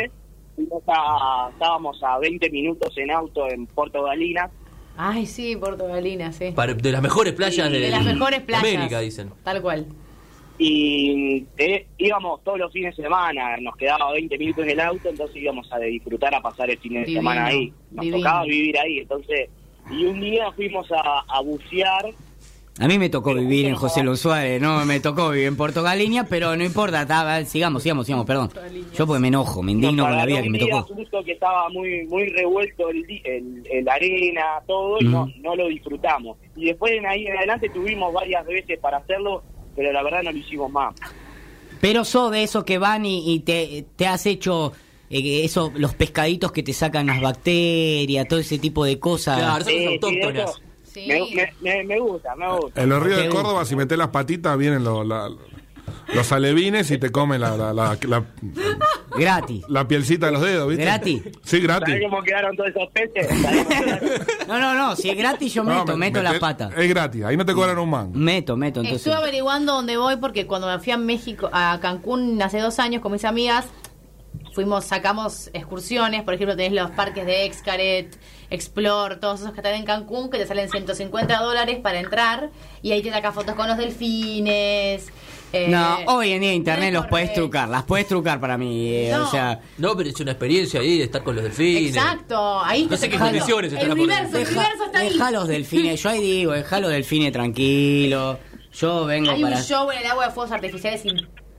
Fuimos a- estábamos a 20 minutos en auto en Puerto Galina.
Ay, sí, Puerto Galina, sí.
Para- de las mejores playas
de,
de,
las mejores playas.
América, dicen.
Tal cual.
y eh, íbamos todos los fines de semana, nos quedaba 20 minutos en el auto, entonces íbamos a disfrutar, a pasar el fin de
Divino,
semana ahí. Nos
divino.
tocaba vivir ahí, entonces, y un día fuimos a, a bucear,
A mí me tocó vivir en José Luis Suárez, no me tocó vivir en Puerto Galiña, pero no importa, ta, va, sigamos, sigamos, sigamos, perdón. Yo porque me enojo, me
nos
indigno con la
agarró
vida que
un
me
día
tocó.
justo que estaba muy muy revuelto el, di- el, el arena, todo, y no,
Ujú.
no lo disfrutamos. Y después en ahí en adelante tuvimos varias veces para hacerlo, pero la verdad no lo hicimos más.
Pero sos de esos que van y, y te, te has hecho eh, eso, los pescaditos que te sacan las bacterias, todo ese tipo de cosas.
Claro, son
Eh, sí, de
autóctonas.
eso
Sí.
me, me- me- me gusta, me gusta.
En los ríos
Qué
de Córdoba, si metes las patitas, vienen los, la- los alevines y te comen la, la, la- la-
Gratis.
la pielcita de los dedos, ¿viste?
¿Gratis?
Sí, gratis.
¿Sabés cómo quedaron todos esos peces? ¿Sabés cómo quedaron?
No, no, no, si es gratis yo
No,
meto,
me-
meto
metés-
las patas. Mm.
Es gratis, ahí no te cobran un mango.
Meto, meto, entonces.
Estuve averiguando dónde voy porque cuando me fui a México, a Cancún hace dos años con mis amigas, fuimos, sacamos excursiones, por ejemplo tenés los parques de Excaret, Explore, todos esos que están en Cancún, que te salen 150 dólares para entrar y ahí te sacas fotos con los delfines. eh,
No, hoy en día internet los
recorrer.
puedes trucar, las puedes trucar para mí, eh,
No.
o sea...
No, pero es una experiencia ahí de estar con los delfines.
Exacto, ahí
No sé qué
Dejalo.
condiciones
El
estará por
universo, el
dentro.
universo está ahí.
Deja los delfines, yo ahí digo, deja los delfines tranquilo. Yo vengo
Hay un
para.
show en el agua de fuegos artificiales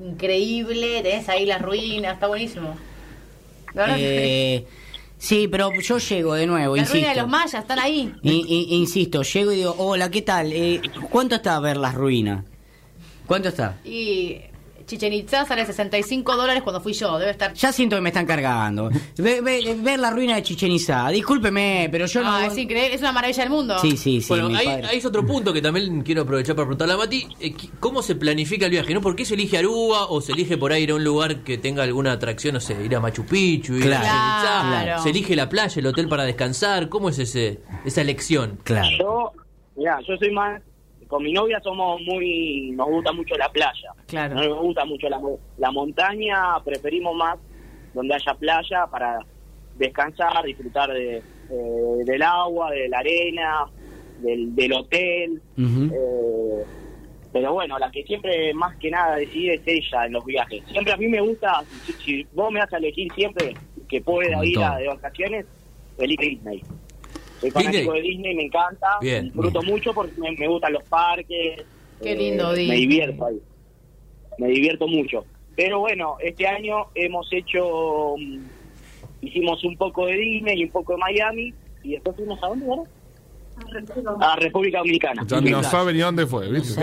increíble, tenés ahí las ruinas, está buenísimo. La verdad que-
Eh, sí, pero yo llego de nuevo,
las ruinas de
insisto.
los mayas están ahí.
I- i- insisto, llego y digo, hola, ¿qué tal? Eh, ¿Cuánto está ver las ruinas? ¿Cuánto está?
Y Chichen Itza sale 65 dólares cuando fui yo, debe estar...
Ya siento que me están cargando. Ve- ve- ver la ruina de Chichen Itzá. Discúlpeme, pero yo no.
Ah, es increíble, es una maravilla del mundo.
Sí, sí, sí.
bueno,
mi
ahí,
padre.
ahí es otro punto que también quiero aprovechar para preguntarle a Mati, eh, qui- ¿cómo se planifica el viaje? ¿No? ¿Por qué se elige Aruba o se elige por ahí ir a un lugar que tenga alguna atracción, no sé, ir a Machu Picchu, ir a
Claro.
Chichén Itzá?
Claro.
¿Se elige la playa, el hotel para descansar? ¿Cómo es ese, esa elección?
Claro.
Yo, mira, yo soy más. Con mi novia somos muy. Nos gusta mucho la playa.
Claro.
No nos gusta mucho la, mo- la montaña, preferimos más donde haya playa para descansar, disfrutar de, eh, del agua, de la arena, del, del hotel.
Ujú.
Eh, pero bueno, la que siempre más que nada decide es ella en los viajes. Siempre a mí me gusta, si, si vos me das a elegir siempre que pueda ir a, de vacaciones, elijo Disney. Soy fanático
Disney.
de Disney, me encanta,
Bien,
disfruto mucho porque me, me gustan los parques. eh,
Qué lindo
Me
Disney.
divierto ahí, me divierto mucho. Pero bueno, este año hemos hecho, mm, hicimos un poco de Disney y un poco de Miami y después fuimos a dónde, ¿verdad? A República Dominicana.
Ya no sabe ni dónde fue, ¿viste?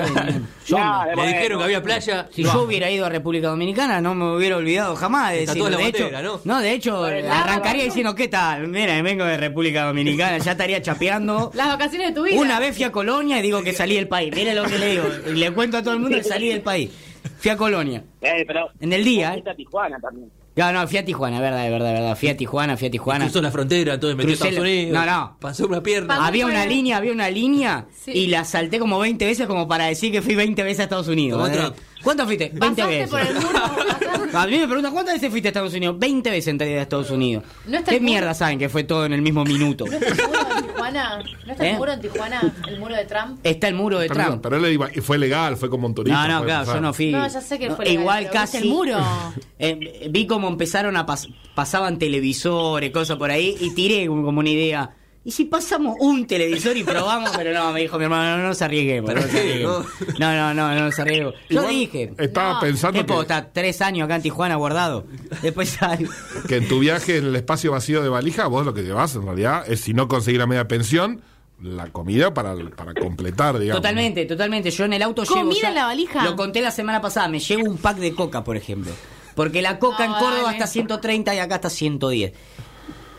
Nada,
Le
bueno.
dijeron que había playa.
Si
vamos.
yo hubiera ido a República Dominicana, no me hubiera olvidado jamás de
Está
decirlo.
toda la
de hecho,
bandera, ¿no?
de hecho,
Por el lado,
arrancaría
¿no?
diciendo, ¿qué tal? Mira, vengo de República Dominicana, ya estaría chapeando.
Las vacaciones de tu vida.
Una vez fui a Colonia y digo que salí del país. Mire lo que le digo. Y le cuento a todo el mundo que salí del país. Fui a Colonia.
Eh, pero
En el día, ¿eh?
Está Tijuana también.
No, no, fui a Tijuana, verdad, verdad, verdad. Fui a Tijuana, fui a Tijuana.
Cruzó la frontera, entonces metió a
Crucé
Estados
la-
Unidos.
no, no. Ah,
Pasó una pierna.
Pasó-
Había una
Bueno.
línea, había una línea
Sí.
y la salté como 20 veces como para decir que fui 20 veces a Estados Unidos.
Como
¿eh?
Trump.
¿Cuánto fuiste? 20
Pasaste
veces.
por el muro. pasaste-
A mí me preguntan cuántas veces fuiste a Estados Unidos. 20 veces en realidad a Estados Unidos.
No está
¿Qué
el muro.
mierda saben que fue todo en el mismo minuto?
¿No está el muro en Tijuana? ¿No está
¿Eh?
el muro en Tijuana? ¿El muro de Trump?
Está el muro de
Pero,
Trump.
pero él iba- y fue legal, fue como un turista.
No, no,
fue
claro,
pasar.
yo no fui.
No, ya sé que fue legal,
Igual
pero
casi.
¿viste el muro?
Eh, vi cómo empezaron a pas- pasaban televisores, cosas por ahí, y tiré como como una idea. ¿Y si pasamos un televisor y probamos? Pero no, me dijo mi hermano, no, no nos arriesguemos. No, nos
qué?
arriesguemos. no, no, no, no nos arriesguemos. Yo
Igual
dije.
Estaba
No.
¿Qué
pensando
puedo
que,
estar tres años acá en Tijuana guardado? Después sal-
que en tu viaje en el espacio vacío de valija, vos lo que llevas en realidad es si no conseguir la media pensión, la comida para, para completar, digamos.
Totalmente, totalmente. Yo en el auto llevo.
¿Comida
ya-
en la valija?
Lo conté la semana pasada. Me llevo un pack de coca, por ejemplo. Porque la coca en
No,
Córdoba
dale.
está 130 y acá está 110.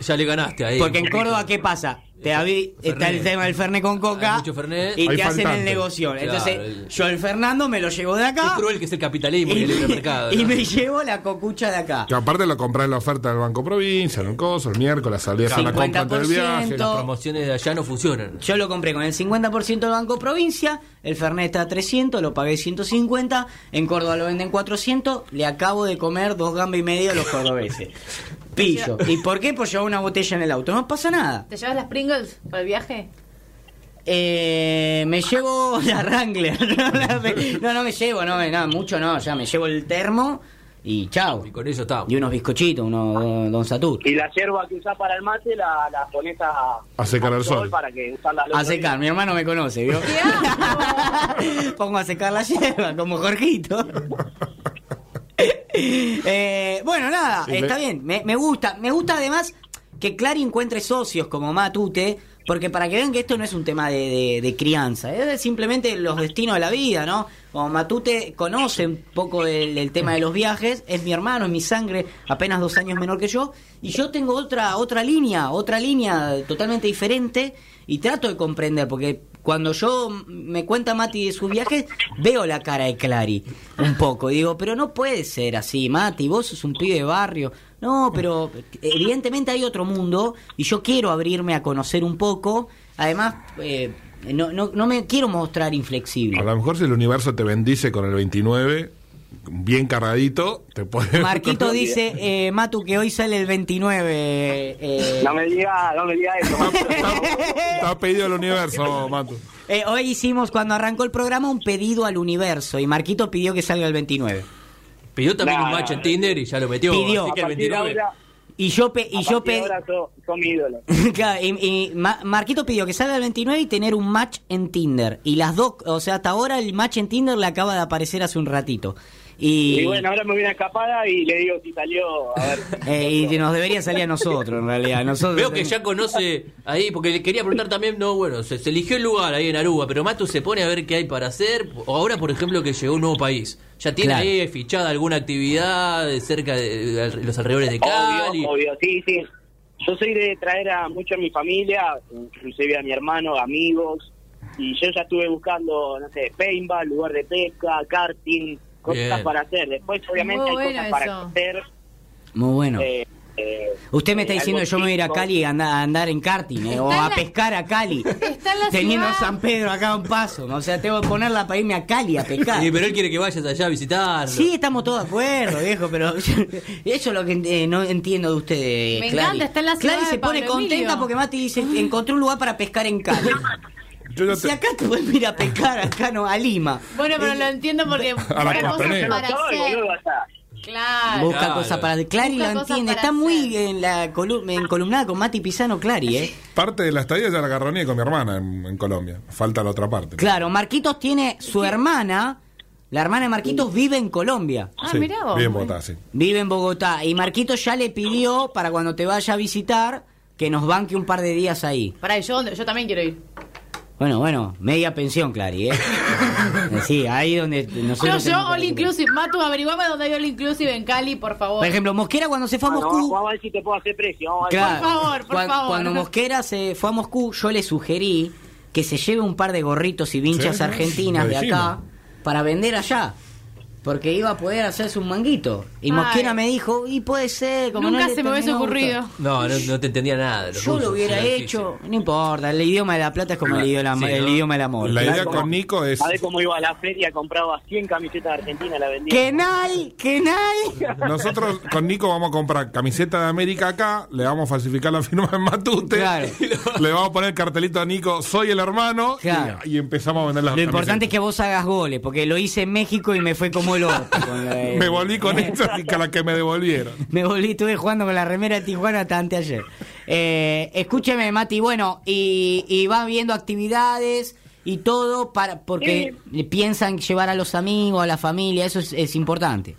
Ya le ganaste ahí.
Porque en Córdoba, ¿qué pasa? Te avi- está el
Fernet.
tema del Fernet con
Hay
coca
mucho Fernet.
y
Hay
te hacen el
faltante.
negocio.
Claro,
Entonces,
el-
yo el Fernando me lo llevo de
Qué
acá
cruel que es el capitalismo y, el libre mercado.
y
¿no?
me llevo la cocucha de acá.
Que aparte lo compras en la oferta del Banco Provincia, en un coso, el miércoles, salías a la compra antes del viaje.
50%.
Las promociones de allá no funcionan.
Yo lo compré con el 50% del Banco Provincia, el Fernet está a 300, lo pagué 150, en Córdoba lo venden 400, le acabo de comer dos gambas y medio a los cordobeses. Pillo. ¿Y por qué? Pues llevaba una botella en el auto, no pasa nada.
¿Te llevas las Pringles para el viaje?
Eh, me llevo la Wrangler, no, la- no, no me llevo, no, no, mucho no, ya me llevo el termo y chao.
Y con eso está.
Y unos bizcochitos, unos don, don Satur.
Y la yerba que usás para el mate la, la pones a,
A secar
al
al sol.
para que usarla al otro
A secar, mi hermano me conoce, ¿vio?
¡Qué asco!
Pongo a secar la hierba, como Jorgito. Eh, bueno, nada,
Sí,
está
me-
bien, me, me gusta. Me gusta además que Clary encuentre socios como Matute, porque para que vean que esto no es un tema de, de- de crianza, es de simplemente los destinos de la vida, ¿no? Como Matute conoce un poco el, el tema de los viajes, es mi hermano, es mi sangre, apenas dos años menor que yo, y yo tengo otra, otra línea, otra línea totalmente diferente, y trato de comprender, porque cuando yo m- me cuenta Mati de sus viajes, veo la cara de Clary un poco. Y digo, pero no puede ser así, Mati, vos sos un pibe de barrio. No, pero evidentemente hay otro mundo y yo quiero abrirme a conocer un poco. Además, eh, no, no, no me quiero mostrar inflexible.
A lo mejor si el universo te bendice con el 29, bien cargadito, te puede...
Marquito dice, eh, Matu, que hoy sale el 29. eh,
día. No me diga, no me diga eso.
Está pedido el universo, Mato.
eh, hoy hicimos, cuando arrancó el programa, un pedido al universo y Marquito pidió que salga el 29.
Pidió también
Nah,
un match
nah,
en
nah.
Tinder y ya lo metió.
Pidió.
Así
a
que el
partir de
29.
ahora,
Y yo, pe- y
a
yo
partir de
pedí...
ahora sos, sos mi ídolo.
Claro, y, y Ma- Marquito pidió que salga el 29 y tener un match en Tinder. Y las dos, o sea, hasta ahora el match en Tinder le acaba de aparecer hace un ratito. Y,
Y bueno, ahora me viene escapada y le digo si salió, a ver.
eh, y que nos debería salir a nosotros, en realidad. Nosotros
Veo que ya conoce ahí, porque le quería preguntar también, no, bueno, se, se eligió el lugar ahí en Aruba, pero Matu se pone a ver qué hay para hacer. O ahora, por ejemplo, que llegó a un nuevo país. ¿Ya tiene
Claro.
ahí fichada alguna actividad de cerca de, de al- los alrededores de Cali?
Obvio, obvio, sí, sí. Yo soy de traer a mucho a mi familia, inclusive a mi hermano, amigos, y yo ya estuve buscando, no sé, paintball, lugar de pesca, karting, cosas
Bien.
para hacer. Después,
Muy
obviamente, hay
bueno
cosas
eso.
para hacer.
Muy bueno.
eh, eh,
Usted me está
eh,
diciendo
algo
yo me voy a ir a
chico.
Cali a anda- a andar, en karting eh, o
Está en
a
la-
pescar a Cali.
Está en la
Teniendo
ciudad.
San Pedro acá a un paso. ¿no? O sea, tengo que ponerla para irme a Cali a pescar.
Sí, pero él quiere que vayas allá a visitarlo.
Sí, estamos todos de acuerdo, viejo, pero eso es lo que eh, no entiendo de ustedes.
Me
Clary.
encanta, está en la ciudad
Clary se
de Pablo
pone contenta
Emilio. Ah.
porque Mati dice, encontré un lugar para pescar en Cali.
Yo ya
si
te-
acá te puedes ir a pescar, acá no, a Lima.
Bueno, pero lo entiendo porque
A la
busca
Costanera.
cosas para
Soy,
hacer.
boludo, allá.
Claro.
Busca
Claro.
cosas para... Clary
Busca
lo
cosas
entiende,
para
está muy
hacer.
en la colum- en columnada con Mati Pisano Clary, ¿eh?
Parte de la estadía ya la agarroné con mi hermana en, en Colombia. Falta la otra parte.
Claro, Marquitos tiene su hermana, la hermana de Marquitos vive en Colombia.
Ah,
Sí,
mirá vos.
Bien Bogotá, sí.
Vive en Bogotá y Marquitos ya le pidió para cuando te vaya a visitar que nos banque un par de días ahí.
Pará, yo, yo también quiero ir.
Bueno, bueno, media pensión, Clary, ¿eh? Sí, ahí donde
Yo,
nosotros...
yo,
tenemos que-
All Inclusive. Matu, averiguame dónde hay All Inclusive en Cali, por favor.
Por ejemplo, Mosquera cuando se fue a
Ah,
Bueno, vamos,
Moscú...
vamos a ver si te puedo hacer precio. Vamos a ver.
Claro,
Por favor, por
cuan-
favor.
Cuando Mosquera se fue a Moscú, yo le sugerí que se lleve un par de gorritos y vinchas
Sí,
argentinas
lo
de acá
dijimos.
para vender allá. Porque iba a poder hacerse un manguito. Y
Ay.
Mosquera me dijo, y puede ser, como no
Nunca
le
se me hubiese
terminó de
ocurrido.
gustar".
No, no, no te entendía nada. de los
Yo lo
rusos,
hubiera
era difícil.
hecho, no importa, el idioma de la plata es como el idioma,
Sí,
el
¿no?
idioma del amor.
La
Claro.
idea con Nico es.
A ver cómo iba a la feria, compraba 100 camisetas de Argentina, la vendía.
Kenai, Kenai.
Nosotros con Nico vamos a comprar camiseta de América acá, le vamos a falsificar la firma en Matute,
Claro.
le vamos a poner cartelito a Nico, soy el hermano,
Claro.
y, y empezamos a vender las
Lo importante es
camisetas.
que vos hagas goles, porque lo hice en México y me fue como el orto. con la-
Me volví con
Eh.
esa y con la que me devolvieron.
Me volví, estuve jugando con la remera de Tijuana hasta anteayer. Eh, escúcheme, Mati, bueno, y, y van viendo actividades y todo para porque piensan llevar a los amigos, a la familia, eso es, es importante.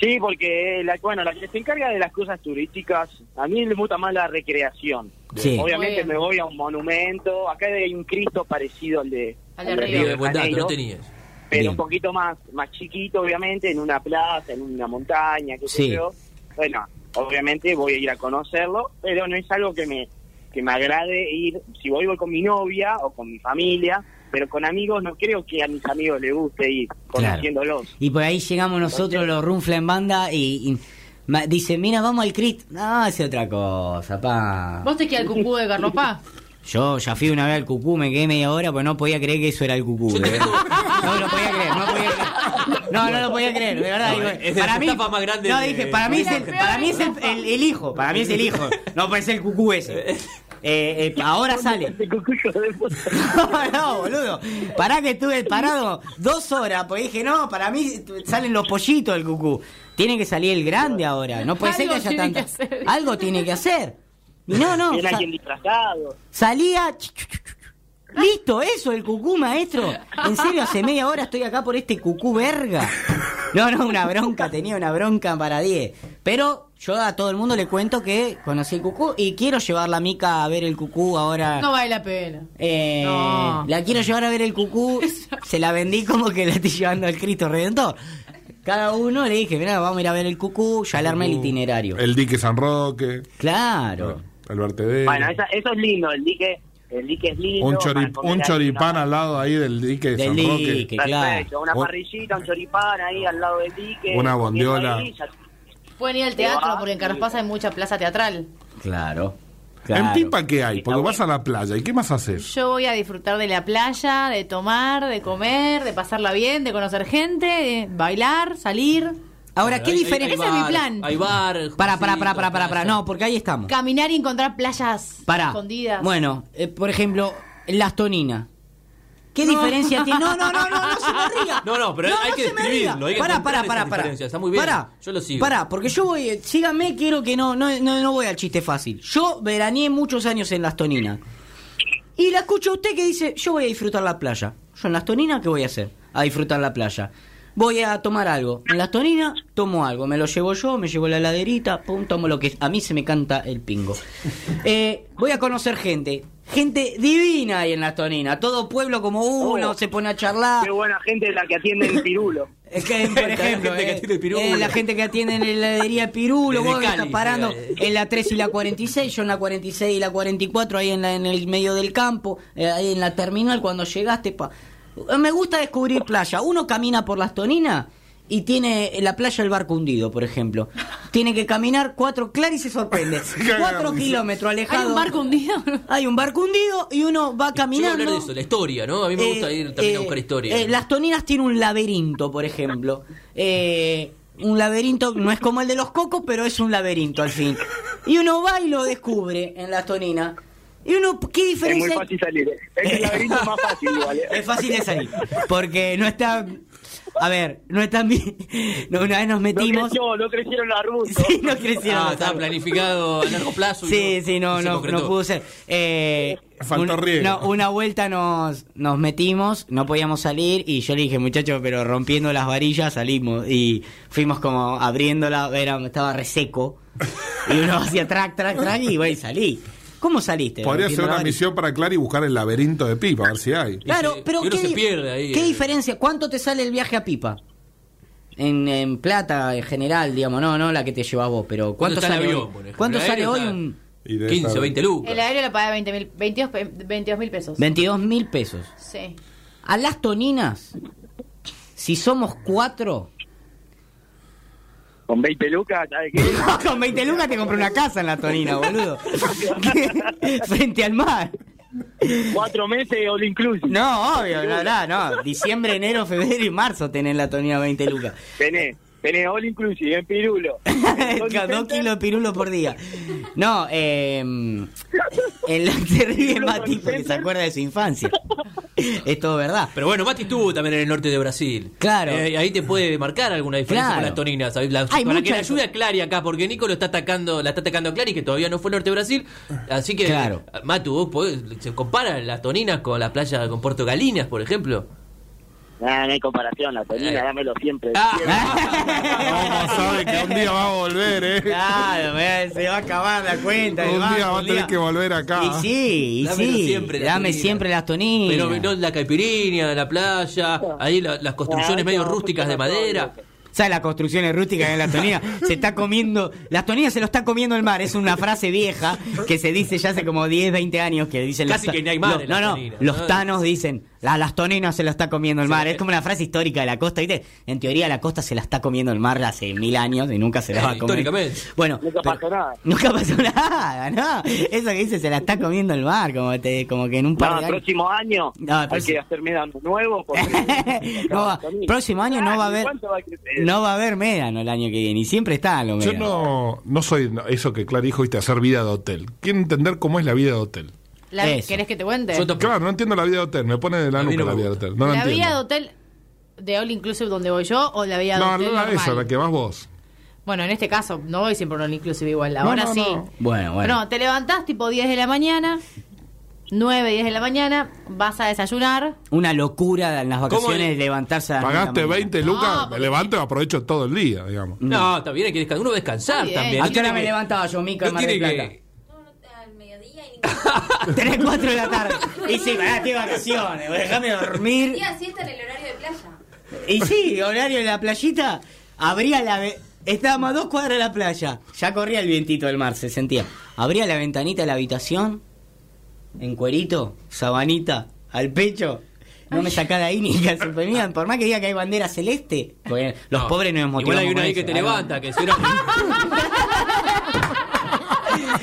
Sí, porque eh, la, bueno, la que se encarga de las cosas turísticas, a mí me gusta más la recreación.
Sí.
Muy
Obviamente
bien.
me voy a un monumento, acá hay un Cristo parecido al de,
Al de
al de
Río.
Río de
Buen dato,
Janeiro,
no tenías.
pero
Bien.
un poquito más más chiquito, obviamente, en una plaza, en una montaña, qué sé
Sí.
yo. Bueno, obviamente voy a ir a conocerlo, pero no es algo que me que me agrade ir, si voy voy con mi novia o con mi familia, pero con amigos no creo que a mis amigos les guste ir conociéndolos.
Y por ahí llegamos nosotros los Runfla en banda y, y ma- dice, mira, vamos al Crit. No, es otra cosa, pa.
¿Vos te quedás al cucú de Garropá?
Yo ya fui una vez al cucú, me quedé media hora, pues no podía creer que eso era el cucú. de verdad. No lo podía creer, no podía creer. No, no lo podía creer, de verdad.
No,
digo,
es de
para
las
mí,
etapas más grandes
no,
de-
dije, para mí es, el,
La
para mí es el,
peor
el- el hijo, para mí es el hijo. No puede ser el cucú ese. Eh, eh, ahora sale. no, boludo. Pará que estuve parado dos horas, porque dije, no, para mí salen los pollitos del cucú. Tiene que salir el grande ahora. No puede ser que
Algo
haya
tiene
tanta.
que hacer.
Algo tiene que hacer. Y no, no.
Viene
sa-
alguien disfrazado.
Salía. ch- ch- ch- ch- Listo, eso, el cucú, maestro. En serio, hace media hora estoy acá por este cucú verga. No, no, una bronca, tenía una bronca para 10. Pero yo a todo el mundo le cuento que conocí el cucú y quiero llevar la mica a ver el cucú ahora.
No vale la pena.
Eh,
No.
La quiero llevar a ver el cucú. Se la vendí como que la estoy llevando al Cristo Redentor. Cada uno le dije, mira, vamos a ir a ver el cucú. Ya le armé el itinerario.
Uh, El Ah. dique San Roque,
Claro.
el vertedero,
Bueno, esa- eso es lindo, el dique, el dique es lindo.
un,
para
chori-
comer
un
ahí,
choripán
¿no?
al lado ahí del dique
Del
San
dique.
Roque.
Perfecto, una
claro.
parrillita, un choripán ahí al lado del dique.
Una
comiendo
bondiola.
ahí, ya-
Pueden ir al teatro porque en Carlos hay mucha plaza teatral.
Claro. claro.
¿En Pipa qué hay? Porque vas a la playa, ¿y qué más haces?
Yo voy a disfrutar de la playa, de tomar, de comer, de pasarla bien, de conocer gente, de bailar, salir,
Ahora, ¿qué
Hay- hay-
diferencia?
hay
Ese es mi
bar,
plan.
Hay bar.
Para, para,
barcitos,
para, para, para, para.
plazas.
No, porque ahí estamos.
caminar y encontrar playas
Para.
escondidas.
Bueno, eh, por ejemplo, las toninas. ¿Qué diferencia tiene? No, no, no, no, no se me ría.
No, no, pero hay que
se me ría.
describirlo, hay que
Pará,
encontrar
pará,
esa
pará, pará.
diferencia, está muy bien.
Pará.
Yo lo sigo.
Pará, porque yo voy, eh, síganme, quiero que no, no, no, no voy al chiste fácil. Yo veraneé muchos años en las toninas. Y la escucho a usted que dice, yo voy a disfrutar la playa. Yo en las toninas, ¿qué voy a hacer? A disfrutar la playa. voy a tomar algo. En las toninas tomo algo. Me lo llevo yo, me llevo la heladerita, pum, tomo lo que... A mí se me canta el pingo. Eh, voy a conocer gente. Gente divina ahí en las toninas. Todo pueblo como uno,
Oh.
se pone a charlar.
Qué buena gente la que atiende en Pirulo.
Es que, por ejemplo,
gente que
eh,
atiende el Pirulo.
eh, la gente que atiende en la heladería Pirulo,
Desde
vos que
Cali,
estás parando
eh.
en la 3 y la 46, yo en la 46 y la 44, ahí en, la- en el medio del campo, eh, ahí en la terminal, cuando llegaste. Pa... Me gusta descubrir playa. Uno camina por las toninas y tiene en la playa el barco hundido, por ejemplo. Tiene que caminar cuatro, claro, y se sorprende. cuatro kilómetros alejado.
¿Hay un barco hundido?
Hay un barco hundido y uno va
Yo iba a
caminando.
hablar de eso, la historia, ¿no? A mí me gusta
Eh,
ir también a
eh,
buscar historia.
eh, las toninas tienen un laberinto, por ejemplo. Eh, un laberinto, no es como el de los cocos, pero es un laberinto al fin. Y uno va y lo descubre en las toninas. Y uno, ¿qué
Es
diferencia?
muy fácil salir. eh. Es el laberinto más fácil igual. eh.
Es fácil de salir. Porque no está. A ver, no están bien. No, una vez nos
No
metimos.
creció, no crecieron la ruta.
Sí, no crecieron.
ah, estaba planificado a largo plazo. y
Sí,
no-
sí, no,
se
no,
concretó.
no pudo ser. Eh,
Faltó riego.
no, una vuelta nos, nos metimos, no podíamos salir y yo le dije, muchachos, pero rompiendo las varillas salimos y fuimos como abriéndola, era, estaba reseco y uno hacía track, track, track y bueno, y salí. ¿Cómo saliste?
Podría
Rompiendo
ser una
las varillas.
misión para Clary buscar el laberinto de Pipa, a ver si hay.
Claro,
Y se-
pero
y uno
¿qué,
se
di-
pierde ahí,
qué
eh.
diferencia? ¿Cuánto te sale el viaje a Pipa? En, en plata en general, digamos, no, no la que te llevas vos, pero ¿cuánto
está el
sale
avión,
hoy?
por ejemplo?
¿Cuánto
El
sale
aéreo
hoy
está-
un
Y de
15 o
esa-
20 lucas.
El aéreo lo pagué 20 mil, 22 pe- 22 mil pesos.
22 mil pesos?
Sí.
A las toninas, si somos cuatro.
Con 20 lucas, ¿sabes qué?
Con 20 lucas te compré una casa en la tonina, boludo. Frente al mar.
Cuatro meses all inclusive.
No, obvio, no, no, no. Diciembre, enero, febrero y marzo tenés la tonina 20 lucas.
Tenés, tenés all inclusive en Pirulo.
Dos kilos de pirulo por día. No, eh. El te ríe Mati porque se acuerda de su infancia. Es todo verdad.
Pero bueno, Mati estuvo también en el norte de Brasil.
Claro.
Eh, ahí te puede marcar alguna diferencia
Claro.
con las toninas. ¿sabes? La-
Hay
para
mucha
que le
eso.
ayude a Clary acá, porque Nico lo está atacando, la está atacando a Clary, que todavía no fue al norte de Brasil. Así que,
Claro.
Matu, vos podés- se compara las toninas con las playas con Puerto Galinas, por ejemplo.
Nah, no hay comparación, la
Eh.
tonina, dámelo siempre.
Ah,
Ah, ¿Cómo sabe que un día va a volver, eh?
Claro, ve, se va a acabar la cuenta. del
Un
banco,
día va a
un
tener que volver acá.
Y sí, y
Dámelo
sí.
siempre las
Dame
toninas.
siempre las toninas.
Pero no, la caipirinha, la playa, ahí la- las construcciones
Claro,
medio
no,
rústicas de
no, no,
madera.
no.
¿Sabes las construcciones rústicas en las toninas? Se está comiendo. Las toninas se lo está comiendo el mar. Es una frase vieja que se dice ya hace como 10, 20 años que dicen
Casi
los-
que no hay mar
los-
en
No,
las
no.
toninas,
los
¿no?
tanos dicen. A las toninas se lo está comiendo el
Sí.
mar. Es como una frase histórica de la costa. ¿viste? En teoría, la costa se la está comiendo el mar hace mil años y nunca se la va a comer.
Eh, Históricamente.
Bueno,
Nunca
pero-
pasó nada.
Nunca pasó nada, ¿no? Eso que dice se la está comiendo el mar. Como, te- como que en un par
No,
de
el
años.
próximo año
No, el
hay
próximo-
que hacerme daño nuevo. Porque,
no, va- próximo año no va a haber
Ah, ¿Cuánto va a crecer?
no va a haber médano el año que viene y siempre está lo
Yo
médano.
no, no soy no, eso que Clary dijo, viste, hacer vida de hotel. Quiero entender cómo es la vida de hotel.
La-
Eso.
¿Querés que te cuente?
Yo tampoco.
Claro, no entiendo la vida de hotel. Me pone de la
A mí
nuca
no me
la vida de
gusta.
hotel. No la,
¿La
entiendo.
vía de hotel de All Inclusive donde voy yo o la vía de
no,
hotel
no, la,
normal?
esa, la que vas vos.
Bueno, en este caso no voy siempre a un All Inclusive igual,
No,
ahora
no,
sí.
no.
Bueno, bueno.
No, te levantás tipo 10 de la mañana, 9, 10 de la mañana, vas a desayunar.
Una locura en las
¿Cómo
vacaciones
el-
levantarse a las nueve
Pagaste
de la
20
No,
lucas, me
porque-
levanto y aprovecho todo el día, digamos.
No, está bien, hay que descansar. Uno descansar
Está
mañana.
bien.
también. No
¿A qué hora
tiene
me
que-
levantaba yo, Mica, en
no
Mar del
tiene
Plata?
que-
No, no, al mediodía y ningún
3, 4 de la tarde. Y sí, pará, qué vacaciones, güey, déjame dormir.
día siesta en el horario de playa.
Y sí, horario de la playita, abría la... ve- Estábamos a dos cuadras de la playa. Ya corría el vientito del mar, se sentía. Abría la ventanita de la habitación, en cuerito, sabanita, al pecho. No me sacá de ahí ni que se ponían, por más que diga que hay bandera celeste. porque los
No.
pobres no nos
Igual
motivamos
hay uno
con
ahí
eso.
que te
Ahí va.
levanta, que si no-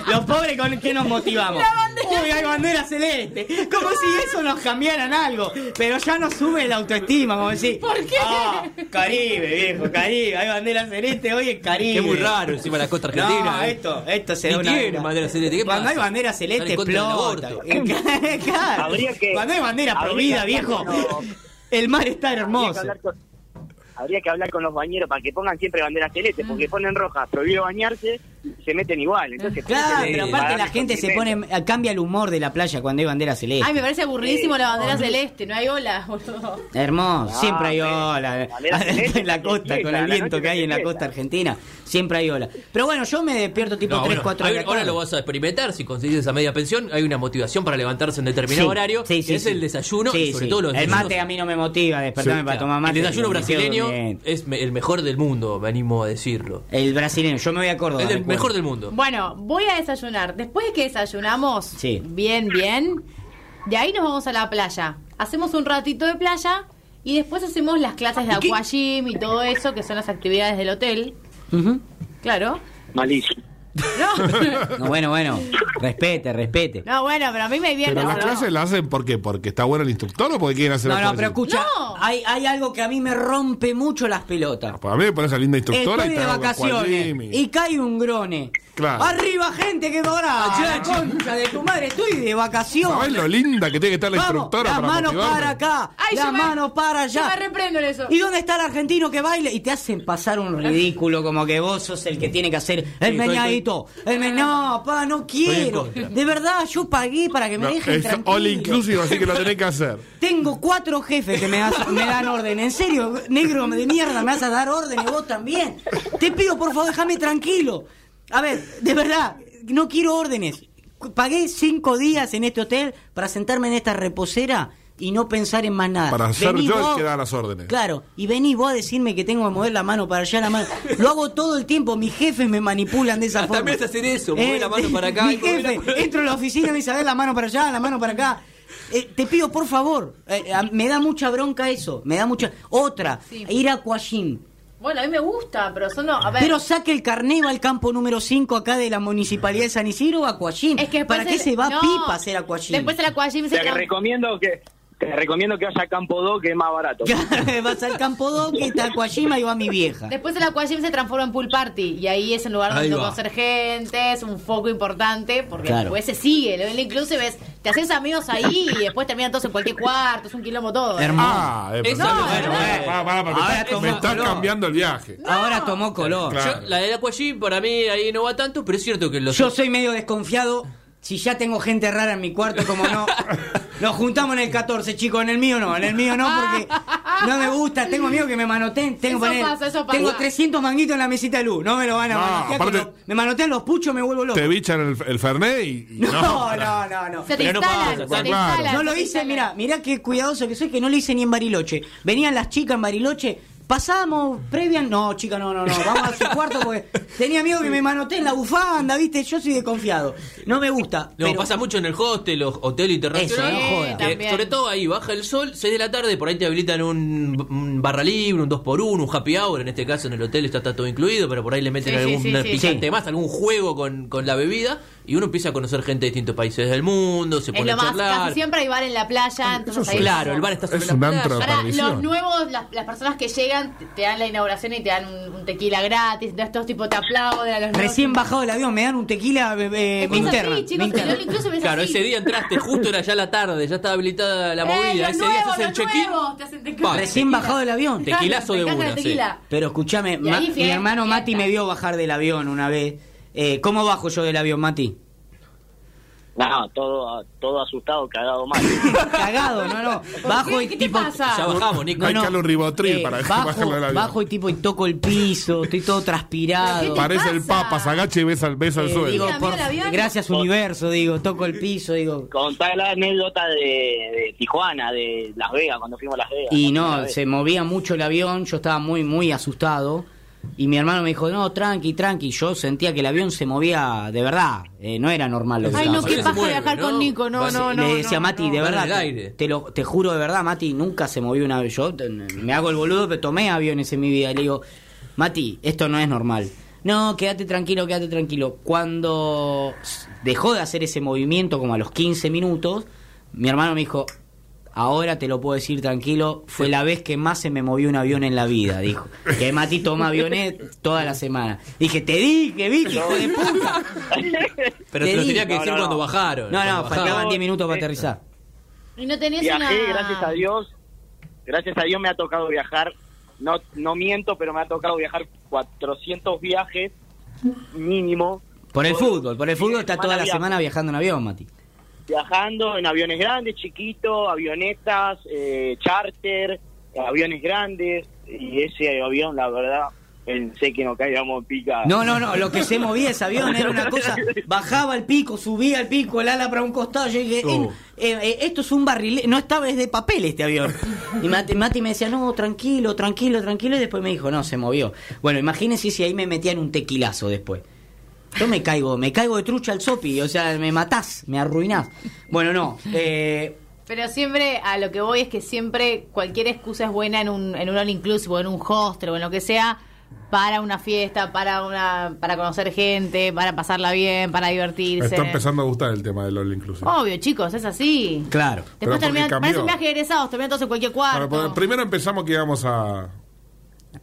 Los pobres con qué nos motivamos. Uy, hay bandera celeste. Como si eso nos cambiaran algo. Pero ya nos sube la autoestima, como decir. ¿Por qué? Caribe, viejo, Caribe. Hay bandera celeste, hoy es Caribe.
Que es muy raro encima de la costa argentina.
No,
¿eh?
esto, esto se
Y
da una-
tiene bandera celeste, ¿qué
Cuando
pasa?
hay bandera celeste,
Están en contra
explota.
del
Claro.
Habría que-
Cuando hay bandera
habría
prohibida,
que-
viejo,
no.
el mar está
Habría que
hermoso.
hablar con-
Ah.
Habría que hablar con los bañeros para que pongan siempre banderas celestes, porque ponen rojas, prohibido bañarse, se meten igual. Entonces,
Claro,
tienen que
pero
Sí.
aparte
pagar
la
esos
gente se
alimentos.
pone. Cambia el humor de la playa cuando hay bandera celeste.
Ay, me parece aburridísimo la bandera celeste, no hay olas, boludo.
Hermoso,
Ah,
siempre hay
sí.
ola.
Bandera celeste,
en la costa,
empieza,
con
la
el
noche
viento que hay en la
empieza.
costa argentina, siempre hay ola. Pero bueno, yo me despierto tipo
No,
3,
bueno,
4
hay-
de la
ahora
tarde.
lo vas a experimentar. Si conseguís esa media pensión, hay una motivación para levantarse en determinado
Sí,
horario.
sí, sí,
es
sí.
el desayuno
Sí,
y sobre
sí.
todo los
El
desayunos-
mate a mí no me motiva despertarme
Sí,
para
Claro,
tomar mate.
El desayuno
me quedo
brasileño
durmiendo.
es me- el mejor del mundo, me animo a decirlo.
El brasileño, yo me voy a Córdoba.
El del-
recuerdo.
mejor del mundo.
Bueno, voy a desayunar. Después de que desayunamos,
Sí.
bien, bien, de ahí nos vamos a la playa. Hacemos un ratito de playa y después hacemos las clases de
¿Y qué?
aquagym y todo eso, que son las actividades del hotel.
Ujú.
Claro.
Malísimo.
No,
No, bueno, bueno. Respete, respete.
no bueno, pero a mí me viene.
Pero las
no.
clases las hacen porque porque está bueno el instructor o porque quieren hacer
No, no,
algo
pero
así?
escucha,
No.
hay, hay algo que a mí me rompe mucho las pelotas.
Para mí me pones a linda instructora
Estoy de
y te hago
vacaciones
aquagym y-
y cae un grone.
Claro.
Arriba gente que cobra. la concha de tu madre, estoy de
¿Sabés
vacaciones.
lo linda que tiene que estar la
Vamos,
instructora
las
para
manos
motivarme?
para acá,
Ay, yo
las
me-
manos para
Yo me
allá.
reprendo en eso.
¿Y dónde está el argentino que baila? Y te hacen pasar un ridículo como que vos sos el que tiene que hacer el
estoy-
meñadito. El me... No, pa, no quiero.
contra.
De verdad, yo pagué para que me
No,
dejen
es
tranquilo.
all inclusive, así que lo tenés que hacer.
Tengo cuatro jefes que me, das- me dan orden. En serio, negro de mierda, me vas a dar orden y vos también. Te pido, por favor, déjame tranquilo. A ver, de verdad, no quiero órdenes. Pagué cinco días en este hotel para sentarme en esta reposera y no pensar en más nada.
Para ser
Vení
yo el
vos-
que da las órdenes.
Claro, y venís vos a decirme que tengo que mover la mano para allá, la mano. Lo hago todo el tiempo, mis jefes me manipulan de esa
Hasta
forma. ¿Eh?
me hace hacer eso, mover la mano para acá,
Mi
y mover la
jefe,
mano-
entro a la oficina y me dice, a ver, la mano para allá, la mano para acá. Eh, te pido, por favor, eh, a- me da mucha bronca eso, me da mucha... Otra,
Sí.
ir a Coachín.
Bueno, a mí me gusta, pero son no. A ver.
Pero saque el carné, va al campo número 5 acá de la Municipalidad de San Isidro, a Coachín.
es que después
¿Para qué
el-
se va
no.
pipa a hacer Aquagym?
Después el aquagym se
Te
tran-
recomiendo que te recomiendo que vaya a Campo 2, que es más barato.
Vas al campo 2, que está Aquajima y va mi vieja.
Después el aquagym se transforma en pool party y ahí es un lugar
Ahí
donde
va.
conocer gente, es un foco importante porque
Claro.
después se sigue, lo del inclusive es, te haces amigos ahí y después terminan todos en cualquier cuarto, es un quilombo todo. ¿eh?
Ah, eh,
Eso
pero-
no, bueno,
Pará,
eh.
pará, pará, porque
Ahora
me está-
tomó
me estás
color.
cambiando el viaje.
Ahora tomó color.
Claro.
Yo- la del Aquagym para mí ahí no va tanto, pero es cierto que los.
Yo soy medio desconfiado. Si ya tengo gente rara en mi cuarto, como no. Nos juntamos en el 14, chicos. En el mío no. En el mío no, porque no me gusta. Tengo miedo que me manoteen. Tengo,
Eso
poner-
pasa, eso pasa.
tengo 300 manguitos en la mesita de luz. No me lo van a
No,
manotear.
aparte-
que no- me manotean los puchos, me vuelvo loco.
Te bichan el, el Fernet y, y
No, no, no, no.
Se te
Pero no
instalan,
pasa,
se te
claro.
instalan.
No lo
se te
hice,
instalan.
mirá, mirá qué cuidadoso que soy, que no lo hice ni en Bariloche. Venían las chicas en Bariloche, pasábamos, previan, no, chica, no, no, no, vamos a su cuarto porque tenía miedo que me manoteen la bufanda, viste, yo soy desconfiado. No me gusta.
No,
pero-
pasa mucho en el hostel, los hotel internacional.
Eso, no joda.
que
También.
sobre todo ahí, baja el sol, 6 de la tarde, por ahí te habilitan un, un barra libre, un 2x1, un happy hour. En este caso en el hotel está, está todo incluido, pero por ahí le meten
Sí, sí,
algún
sí, sí.
picante
Sí.
más, algún juego con, con la bebida. Y uno empieza a conocer gente de distintos países del mundo, se
Es
pone
lo
a
más,
charlar.
casi siempre hay bar en la playa, entonces
es
ahí
Claro, el bar está sobre
Es
la
un
playa.
antro.
Ahora,
Perdición.
los nuevos, las, las personas que llegan te, te dan la inauguración y te dan un, un tequila gratis, entonces todos tipo te aplauden a los nuevos.
Recién bajado del avión, me dan un tequila eh, eh,
Es
linterna,
así, chicos,
linterna.
el inclusive es
Claro,
así.
ese día entraste, justo era ya la tarde, ya estaba habilitada la
Eh,
movida.
los
ese día se hace el
nuevos, los
check-in.
nuevos, te hacen te-
Pa,
Ah, Recién bajado del avión.
Te- Tequilazo
Me
de
encanta el
una, sí.
tequila.
Pero escúchame,
Y ahí
Ma- mi
fiesta,
hermano
fiesta.
Mati me vio bajar del avión una vez. Eh, ¿Cómo bajo yo del avión, Mati?
No, todo, todo asustado, cagado mal.
Cagado, no, no. Bajo
¿Qué-
y
qué te
tipo. Eh,
pasa?
Ya bajamos, Nico.
Hay que darle un ribotril para
bajo,
bajarlo del avión.
bajo y tipo y toco el piso, estoy todo
¿Pero
transpirado.
qué
Parece el
pasa?
papa, se agacha y besa, besa el
Eh,
suelo.
digo,
Mira,
por-
mira el avión.
gracias universo, digo, toco el piso, digo.
Contá la anécdota de, de Tijuana, de Las Vegas, cuando fuimos a Las Vegas.
Y
la primera
no,
vez.
se movía mucho el avión, yo estaba muy, muy asustado. Y mi hermano me dijo, no, tranqui, tranqui. Yo sentía que el avión se movía de verdad, eh, no era normal lo que
Ay,
estaba
no,
Parece
qué
que
pasando.
paja
se mueve,
viajar
¿no?
con Nico. No,
Vas-
no, no.
le decía
no,
Mati,
no.
de
Van
verdad,
al aire.
te lo te juro de verdad, Mati, nunca se movió un avión. Yo te- me hago el boludo, pero tomé aviones en mi vida. Le digo, Mati, esto no es normal. No, quédate tranquilo, quédate tranquilo. Cuando s- dejó de hacer ese movimiento como a los 15 minutos, mi hermano me dijo, ahora te lo puedo decir tranquilo, fue la vez que más se me movió un avión en la vida, dijo. Que Mati toma aviones toda la semana. Dije, te dije, Vicky, hijo de puta.
Pero
Te
te lo
digo.
tenía que
No,
decir
no, no.
cuando bajaron.
No,
cuando
no,
bajaron.
faltaban 10 minutos para aterrizar.
Y no tenés
Viajé,
una.
gracias a Dios. Gracias a Dios me ha tocado viajar. No, no miento, pero me ha tocado viajar 400 viajes mínimo.
Por el fútbol, por el fútbol está toda la
viaja.
semana viajando en avión, Mati.
Viajando en aviones grandes, chiquitos, avionetas, eh, charter, aviones grandes. Y ese avión, la verdad, pensé que no caíamos en pica.
No, no, no, lo que se movía ese avión era una cosa, bajaba al pico, subía al pico, el ala para un costado, yo dije,
Oh.
"Eh, eh, esto es un barril, no estaba, es de papel este avión. Y Mati, Mati me decía, no, tranquilo, tranquilo, tranquilo, y después me dijo, no, se movió. Bueno, imagínense si ahí me metían un tequilazo después. Yo me caigo, me caigo de trucha al sopi, o sea, me matás, me arruinás. Bueno, no, eh,
Pero siempre a lo que voy es que siempre cualquier excusa es buena en un, en un all inclusive, o en un hostel o en lo que sea, para una fiesta, para una para conocer gente, para pasarla bien, para
Me
divertirse.
está empezando a gustar el tema del All
Oh,
Inclusive.
Obvio, chicos, es así.
claro.
Después
Pero porque
terminan,
cambió.
parece un viaje de egresados, terminan todos en cualquier
Para
cuarto.
poder- primero empezamos que íbamos a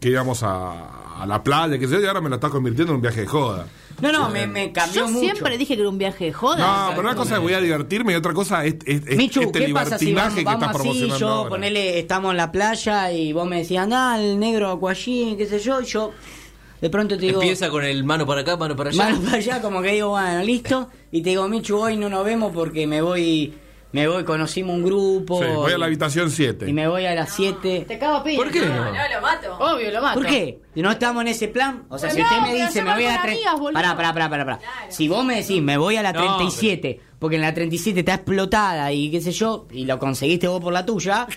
que íbamos a, a la playa, que sé yo, y ahora me lo está convirtiendo en un viaje de joda.
No, no, me, me cambió
Yo
mucho.
siempre dije que era un viaje de joda.
No, pero una cosa es voy a divertirme y otra cosa es, es- es
Michu,
este
¿qué pasa si vamos,
libertinaje que
vamos
estás
así?
promocionando.
Yo,
ahora.
ponele, estamos en la playa y vos me decías, anda, el negro acuallín, qué sé yo, y yo de pronto te digo,
Empieza con el mano para acá, mano para allá.
mano para allá, como que digo, bueno, listo, y te digo, Michu, hoy no nos vemos porque me voy, me voy, conocimos un grupo.
Sí, voy a
y-
la habitación 7.
Y me voy a las 7.
Te cago a piña.
¿Por qué?
Ah.
No, no, lo mato.
Oh.
Obvio, lo mato.
¿Por qué? No estamos en ese plan. O sea,
Ah, Pero
si
no,
usted me
pero
dice,
yo
me
voy
voy a la
con
tre-
amigas, boludo.
Pará, pará, pará, pará, pará.
Claro.
Si vos me decís, me voy a la
No,
37, porque en la 37 está explotada y qué sé yo, y lo conseguiste vos por la tuya,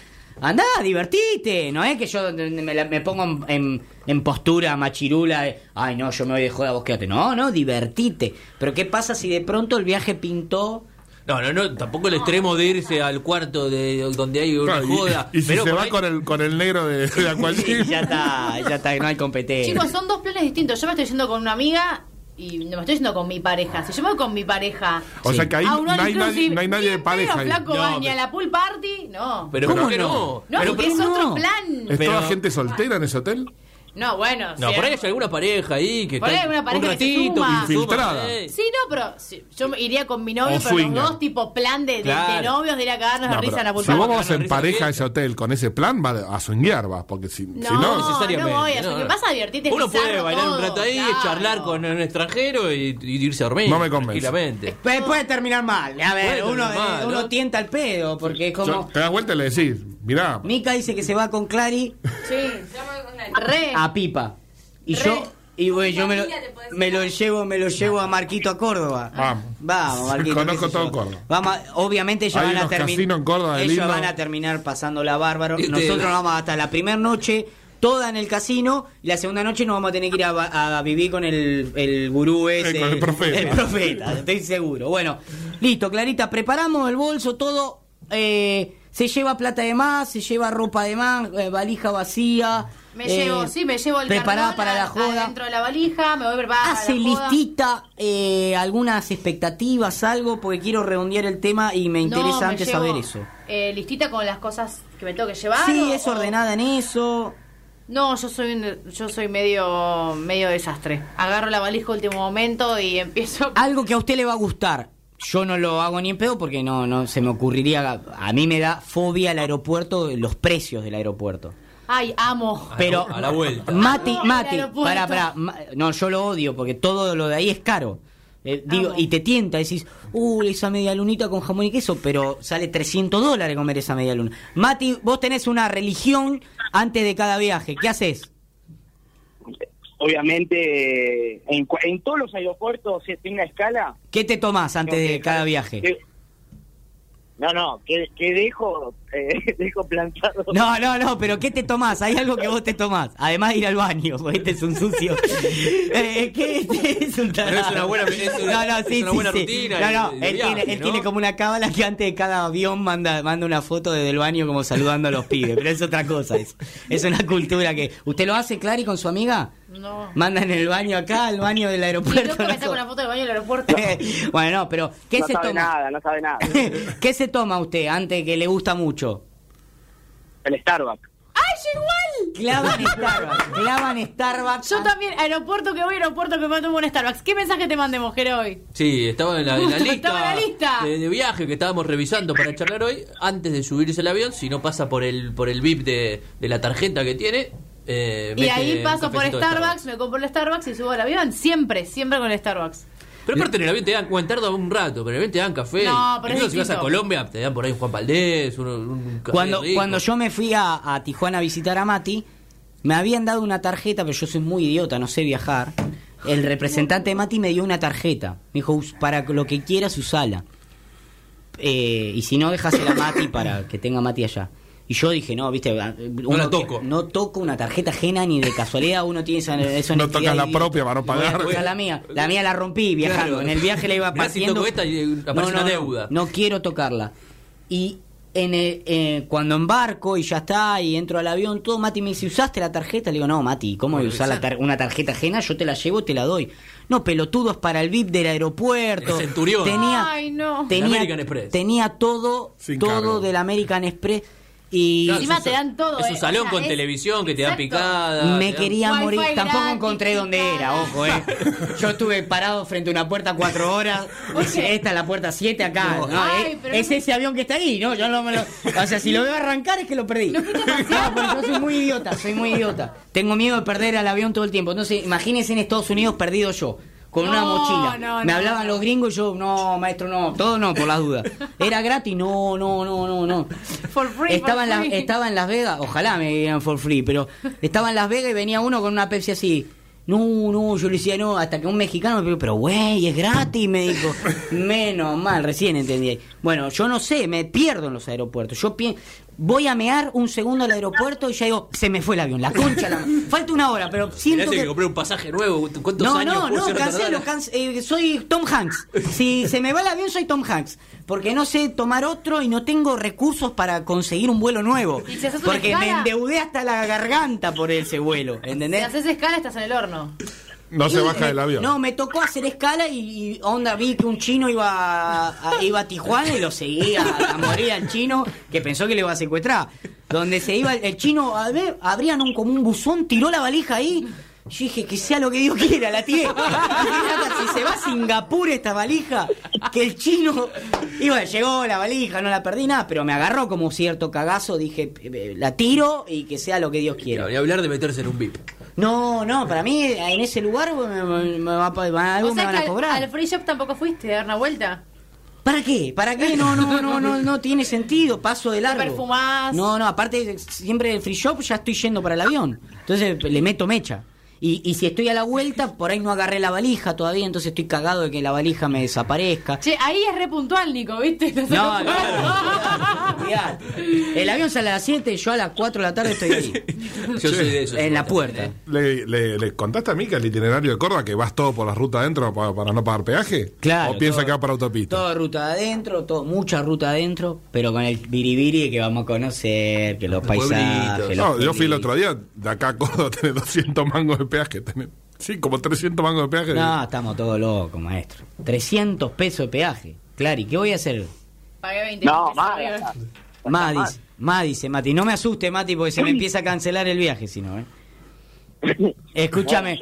andá, divertite. No es que yo me, la- me pongo en, en- en postura machirula de, ay, no, yo me voy de joda, vos quédate. No, no, divertite. Pero ¿qué pasa si de pronto el viaje pintó?
No, no, no, tampoco el extremo de irse al cuarto de donde hay una
Claro, y,
joda.
y si
pero
se
por
va
ahí-
con el con el negro de, de
Y
Aquajín,
ya está, ya está, no hay competencia.
Chicos, son dos planes distintos. Yo me estoy yendo con una amiga y no me estoy yendo con mi pareja. Si yo me voy con mi pareja.
O sea
Sí.
que ahí
a
no
Ah, un all
hay, nadie,
inclusive,
no hay nadie
ni
de
en
pareja.
pedo,
ahí.
flaco,
No,
va, ni
pero-
a la pool party, no.
Pero,
¿Cómo
¿por qué no?
no,
Pero-
porque es
¿cómo no?
otro plan.
¿Es toda
Pero-
gente soltera en ese hotel?
No, bueno.
No,
sí,
por ahí hay alguna pareja ahí que
Por ahí
está
hay una pareja
un
que se
ratito,
suma.
que se suma,
Infiltrada.
eh.
Sí, no, pero sí, yo me iría con mi novio,
O
pero los
swinger.
dos tipo plan de, de- de
Claro.
novios de ir a cagarnos la
No,
risa
pero
en la pool
si vos
party.
vas en
risa en la
pareja a
fiesta.
ese hotel con ese plan, va a soñar, vas. Porque si si
No,
no,
necesariamente.
no voy, así que vas a divertirte,
Uno
pisarlo
puede bailar un
todo,
rato ahí,
claro.
charlar con un extranjero y, y irse a dormir.
No me convence.
Tranquilamente.
Puede, puede terminar mal. A ver,
Puede
uno,
terminar mal,
eh, uno
¿no?
tienta el pedo porque es como.
yo- te das vuelta y le decís, mirá,
Mica dice que se va con Clary
Sí,
Yo me voy con Clary.
re.
a Pipa. Y
Re.
yo. Y bueno, yo me lo,
Familia te podés
me lo
llevar.
llevo, me lo llevo a Marquito a Córdoba.
Vamos.
Vamos, Marquito.
Conozco
qué sé
todo
yo.
Córdoba.
Vamos, a- obviamente ellos
Hay
van a
unos
terminar.
casinos en Córdoba de
Ellos
lindo.
van a terminar pasándola bárbaro.
Este-
Nosotros nos vamos hasta la primera noche, toda en el casino, y la segunda noche nos vamos a tener que ir a, va- a vivir con el, el gurú ese.
Eh, con el profeta.
el profeta, estoy seguro. Bueno, listo, Clarita, preparamos el bolso, todo. eh, se lleva plata de más, se lleva ropa de más, eh, valija vacía.
Me
eh,
llevo, sí, me llevo el
Preparada
carbón
para la
a-
joda.
Adentro de la valija, me voy preparada
Hace
para la joda.
listita eh, algunas expectativas, algo, porque quiero redondear el tema y me
No,
interesa
me
antes
llevo,
saber eso.
eh, listita con las cosas que me tengo que llevar.
Sí,
o-
es
o-
ordenada en eso.
No, yo soy un- yo soy medio medio desastre. Agarro la valija último momento y empiezo.
Algo que a usted le va a gustar. Yo no lo hago ni en pedo porque no, no se me ocurriría. A mí me da fobia el aeropuerto, los precios del aeropuerto.
Ay, amo.
A la-
Pero
a la vuelta.
Mati,
No, el
Mati,
aeropuerto.
para, para, no, yo lo odio porque todo lo de ahí es caro. Eh, digo,
Amo.
y te tienta, decís, uh, esa media lunita con jamón y queso, pero sale 300 dólares comer esa media luna. Mati, vos tenés una religión antes de cada viaje, ¿qué haces?
Obviamente, eh, en, cua- en todos los aeropuertos se tiene una escala.
¿Qué te tomás antes
eh,
de cada viaje?
que- no, no, que, que dejo, eh, dejo plantado.
No, no, no, pero ¿qué te tomás? Hay algo que vos te tomás, además de ir al baño, porque este es un sucio. Eh, ¿qué? Este es un
Pero es una buena- es una-
No, no,
es
sí,
una
sí,
buena
sí.
rutina
No,
de-
no,
de
él,
viaje,
tiene, él
¿no?
tiene como una cábala que antes de cada avión manda, manda una foto desde el baño como saludando a los pibes, pero es otra cosa eso. Es una cultura que... ¿Usted lo hace, Clary, con su amiga?
No.
Manda en el baño acá, al baño del
Y yo
aeropuerto.
que me
¿no?
saco una foto del baño del aeropuerto.
bueno, no, pero ¿qué
no
se
sabe
toma?
nada, no sabe nada.
¿Qué se toma usted antes que le gusta mucho?
El Starbucks.
Clavan Starbucks, clavan Starbucks.
Yo también, aeropuerto que voy, aeropuerto que me tomo un Starbucks. ¿Qué mensaje te mandé, mujer, hoy?
Sí, estaba en la, en la
Justo,
lista,
estaba en la lista.
De, de viaje que estábamos revisando para charlar hoy. Antes de subirse al avión, si no pasa por el por el VIP de, de la tarjeta que tiene, eh,
Y
mete
ahí
un
paso por
cafecito
Starbucks,
de
me compro el Starbucks y subo al avión. Siempre, siempre con el Starbucks.
Pero aparte en el avión te dan, bueno, tarda un rato, pero en el avión te dan café.
No, pero es
Incluso si vas a
distinto.
Colombia, te dan por ahí un Juan Valdés, un, un café
Cuando,
rico.
cuando yo me fui a, a Tijuana a visitar a Mati, me habían dado una tarjeta, pero yo soy muy idiota, no sé viajar. El representante de Mati me dio una tarjeta. Me dijo, "Us- para lo que quieras, usala. Eh, y si no, dejásela a Mati para que tenga Mati allá. Y yo dije, no, viste, a- uno
la
que-
toco.
no toco una tarjeta ajena ni de casualidad uno tiene esa, esa
No
honestidad
tocas la
idiota.
propia para no
Voy a
pagar.
tocar la mía. La mía la rompí viajando.
Claro.
En el viaje la iba
Mirá si
partiendo.
toco esta y, eh, aparece una deuda.
No quiero tocarla. Y en el- eh, cuando embarco y ya está, y entro al avión, todo, Mati me dice, ¿usaste la tarjeta? Le digo, no, Mati, ¿cómo voy a usar la tar- una tarjeta ajena? Yo te la llevo, te la doy. No, pelotudos para el VIP del aeropuerto.
El Centurión.
Tenía,
Ay, no.
tenía,
American Express.
tenía todo,
Sin
todo
cargo.
del American Express. Y
Claro,
Encima
es un
te
sa-
dan todo,
Es un
eh,
salón
o sea,
con
es-
televisión que te dan
exacto.
picada. te
me
dan-
quería
Wifi
morir. Tampoco
gratis,
encontré dónde
picada.
era, ojo, eh. Yo estuve parado frente a una puerta cuatro horas.
Oye.
Esta es la puerta siete acá. No,
Ay,
eh,
pero
es
no-
ese avión que está ahí, ¿no? Yo no me lo... O sea, si lo veo arrancar es que lo perdí. No, porque yo soy muy idiota, soy muy idiota. Tengo miedo de perder al avión todo el tiempo. Entonces, imagínense en Estados Unidos perdido yo. Con una
No,
mochila.
no,
me
no.
hablaban los gringos y yo, no, maestro, no, todo no, por las dudas. Era gratis, no, no, no, no, no.
For free,
Estaba
for
en, la-
free.
estaba en Las Vegas, ojalá me dieran for free, pero estaba en Las Vegas y venía uno con una Pepsi así. No, no, yo le decía no, hasta que un mexicano me dijo, pero güey, es gratis, me dijo. Menos mal, recién entendí. Bueno, yo no sé, me pierdo en los aeropuertos. Yo pien- voy a mear un segundo al aeropuerto y ya digo, se me fue el avión, la concha. La... Falta una hora, pero
Mirá,
siento
si hay
que...
que compré un pasaje nuevo. ¿Cuántos
No,
años?
no,
puede
no,
ser
cancelo,
tardar?
canc- eh, soy Tom Hanks. Si se me va el avión, soy Tom Hanks. Porque no sé tomar otro y no tengo recursos para conseguir un vuelo nuevo.
Y si haces una
Porque me
escala-
endeudé hasta la garganta por ese vuelo,
Si
¿entendés?
haces escala, estás en el horno.
No se
Y
baja
me-
del avión.
No, me tocó hacer escala y, y onda, vi que un chino iba a, a- iba a Tijuana y lo seguía a, a morir al chino que pensó que le iba a secuestrar. Donde se iba el, el chino, a ver, abrían un, como un buzón, tiró la valija ahí. Yo dije que sea lo que Dios quiera, la tiene. Si se va a Singapur esta valija, que el chino. Y bueno, llegó la valija, no la perdí nada, pero me agarró como cierto cagazo. Dije, eh, la tiro y que sea lo que Dios quiera.
Claro, ni hablar de meterse en un VIP.
No, no, para mí en ese lugar me, me- me va, a- algo
o
me
sea
van
que
a
al-
cobrar.
al, free shop tampoco fuiste a dar una vuelta.
¿Para qué? ¿Para qué? No, no, no, no, no tiene sentido, paso de largo.
perfumás.
No, no, aparte siempre del free shop ya estoy yendo para el avión. Entonces le meto mecha. Y, y si estoy a la vuelta, por ahí no agarré la valija todavía, entonces estoy cagado de que la valija me desaparezca.
Che, ahí es re puntual, Nico, ¿viste?
No,
No,
no, olvidate. El avión sale a las 7, yo a las 4 de la tarde estoy ahí,
Yo soy de esos.
en la
Yo
puerta.
¿Le, le, le contaste a mí que el itinerario de Córdoba que vas todo por la ruta adentro pa- para, no pagar peaje?
Claro,
¿O piensa
todo-
que va para autopista?
Todo ruta adentro, todo, mucha ruta adentro, pero con el biribiri que vamos a conocer, que los
Los
paisajes.
pueblitos.
los
No, yo fui el
pueblitos.
otro día, de acá a Córdoba tenés 200 mangos de peaje. tenés- sí, como 300 mangos de peaje.
No, estamos todos locos, maestro. 300 pesos de peaje. Claro, ¿y qué voy a hacer?
Pagué 20
No,
pesos,
más.
amigo.
Eh,
Más dice, más dice Mati. No me asuste, Mati, porque se me empieza a cancelar el viaje, si no, ¿eh? Escúchame.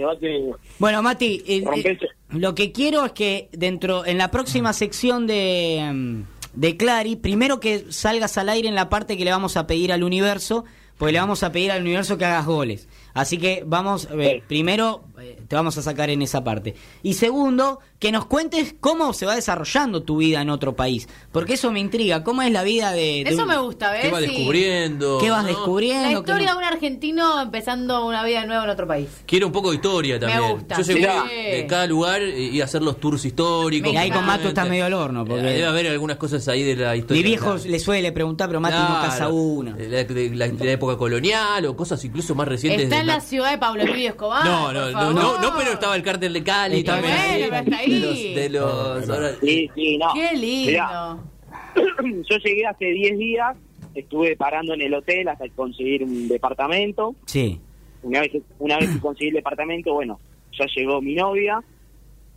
Bueno, Mati, eh, eh,
Rompete.
lo que quiero es que dentro, en la próxima sección de, mm, de Clary, primero que salgas al aire en la parte que le vamos a pedir al universo, porque le vamos a pedir al universo que hagas goles. Así que vamos, eh,
Sí.
primero eh, te vamos a sacar en esa parte. Y segundo, que nos cuentes cómo se va desarrollando tu vida en otro país. Porque eso me intriga, cómo es la vida de... de
Eso
un-
me gusta, ¿ves?
¿Qué vas
Eh, Sí.
descubriendo?
¿Qué vas
¿no?
descubriendo?
La
¿Qué
historia de
no?
un argentino empezando una vida nueva en otro país.
Quiero un poco de historia también.
gusta.
Yo soy
Sí.
muy de cada lugar y y hacer los tours históricos.
Mira, ahí con Mato está medio al horno,
Eh,
porque-
Debe haber algunas cosas ahí de la historia.
Mi viejo le suele preguntar, pero Mati no
Claro. Eh,
casa una.
De La, de la- de la época colonial o cosas incluso más recientes.
Está
de-
en la ciudad de Pablo Emilio Escobar.
No,
por
no, no,
favor.
no, no, pero estaba el cártel de Cali
Está
también.
bien.
ahí,
Bueno, pero está ahí.
De los. de los- ahora-
Sí, sí, no.
Qué lindo.
Mirá, yo llegué hace 10 días, estuve parando en el hotel hasta conseguir un departamento.
Sí.
una vez que, una vez que conseguí el departamento, bueno, ya llegó mi novia.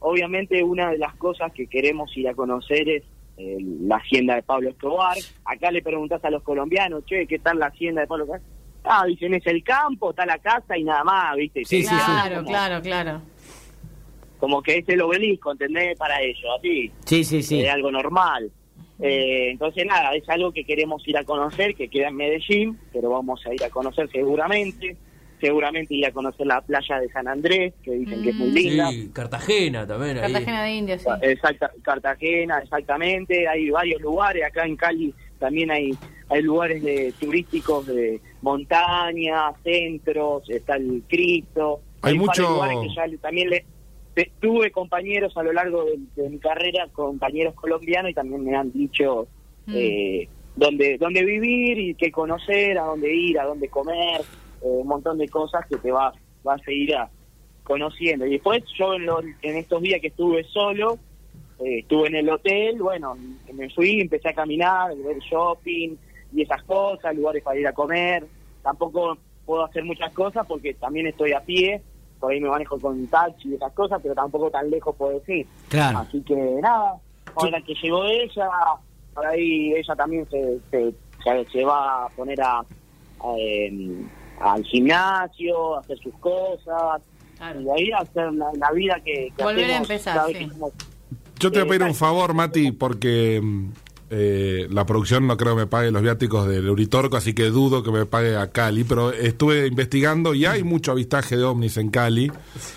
Obviamente una de las cosas que queremos ir a conocer es eh, la hacienda de Pablo Escobar. Acá le preguntás a los colombianos, che, ¿qué tal la hacienda de Pablo Escobar? Ah, dicen, es el campo, está la casa y nada más, ¿viste?
Sí, sí, sí.
claro,
Como,
claro, claro.
como que es el obelisco, ¿entendés? Para ellos, así
Sí, sí, sí.
es algo normal. Eh, entonces, nada, es algo que queremos ir a conocer, que queda en Medellín, pero vamos a ir a conocer seguramente. seguramente ir a conocer la playa de San Andrés, que dicen que es muy
Mm.
linda.
Sí, Cartagena también. ahí.
Cartagena de Indias, sí.
Exacta, Cartagena, exactamente. Hay varios lugares. Acá en Cali también hay hay lugares de, turísticos de montaña, centros, está el Cristo.
Hay
varios
mucho-
lugares que ya le- también le te- tuve compañeros a lo largo de, de mi carrera, compañeros colombianos y también me han dicho
Mm.
eh, dónde dónde vivir y qué conocer, a dónde ir, a dónde comer, eh, un montón de cosas que te vas vas a ir a, conociendo. Y después yo en, los- en estos días que estuve solo, eh, estuve en el hotel, bueno, me fui, empecé a caminar, ver shopping y esas cosas, lugares para ir a comer. Tampoco puedo hacer muchas cosas porque también estoy a pie, por ahí me manejo con taxi y esas cosas, pero tampoco tan lejos puedo decir.
Claro.
Así que nada, ahora que llegó ella, por ahí ella también se, se, se- se va a poner a, a, em, al gimnasio, a hacer sus cosas,
Claro.
y de ahí hacer la, la vida que, que
Volver a
hacemos
empezar,
cada
sí.
vez que somos-
Yo te voy a pedir
Eh,
un favor, Mati, porque mm, eh, la producción no creo que me pague los viáticos del Euritorco, así que dudo que me pague a Cali, pero estuve investigando y hay mucho avistaje de ovnis en Cali.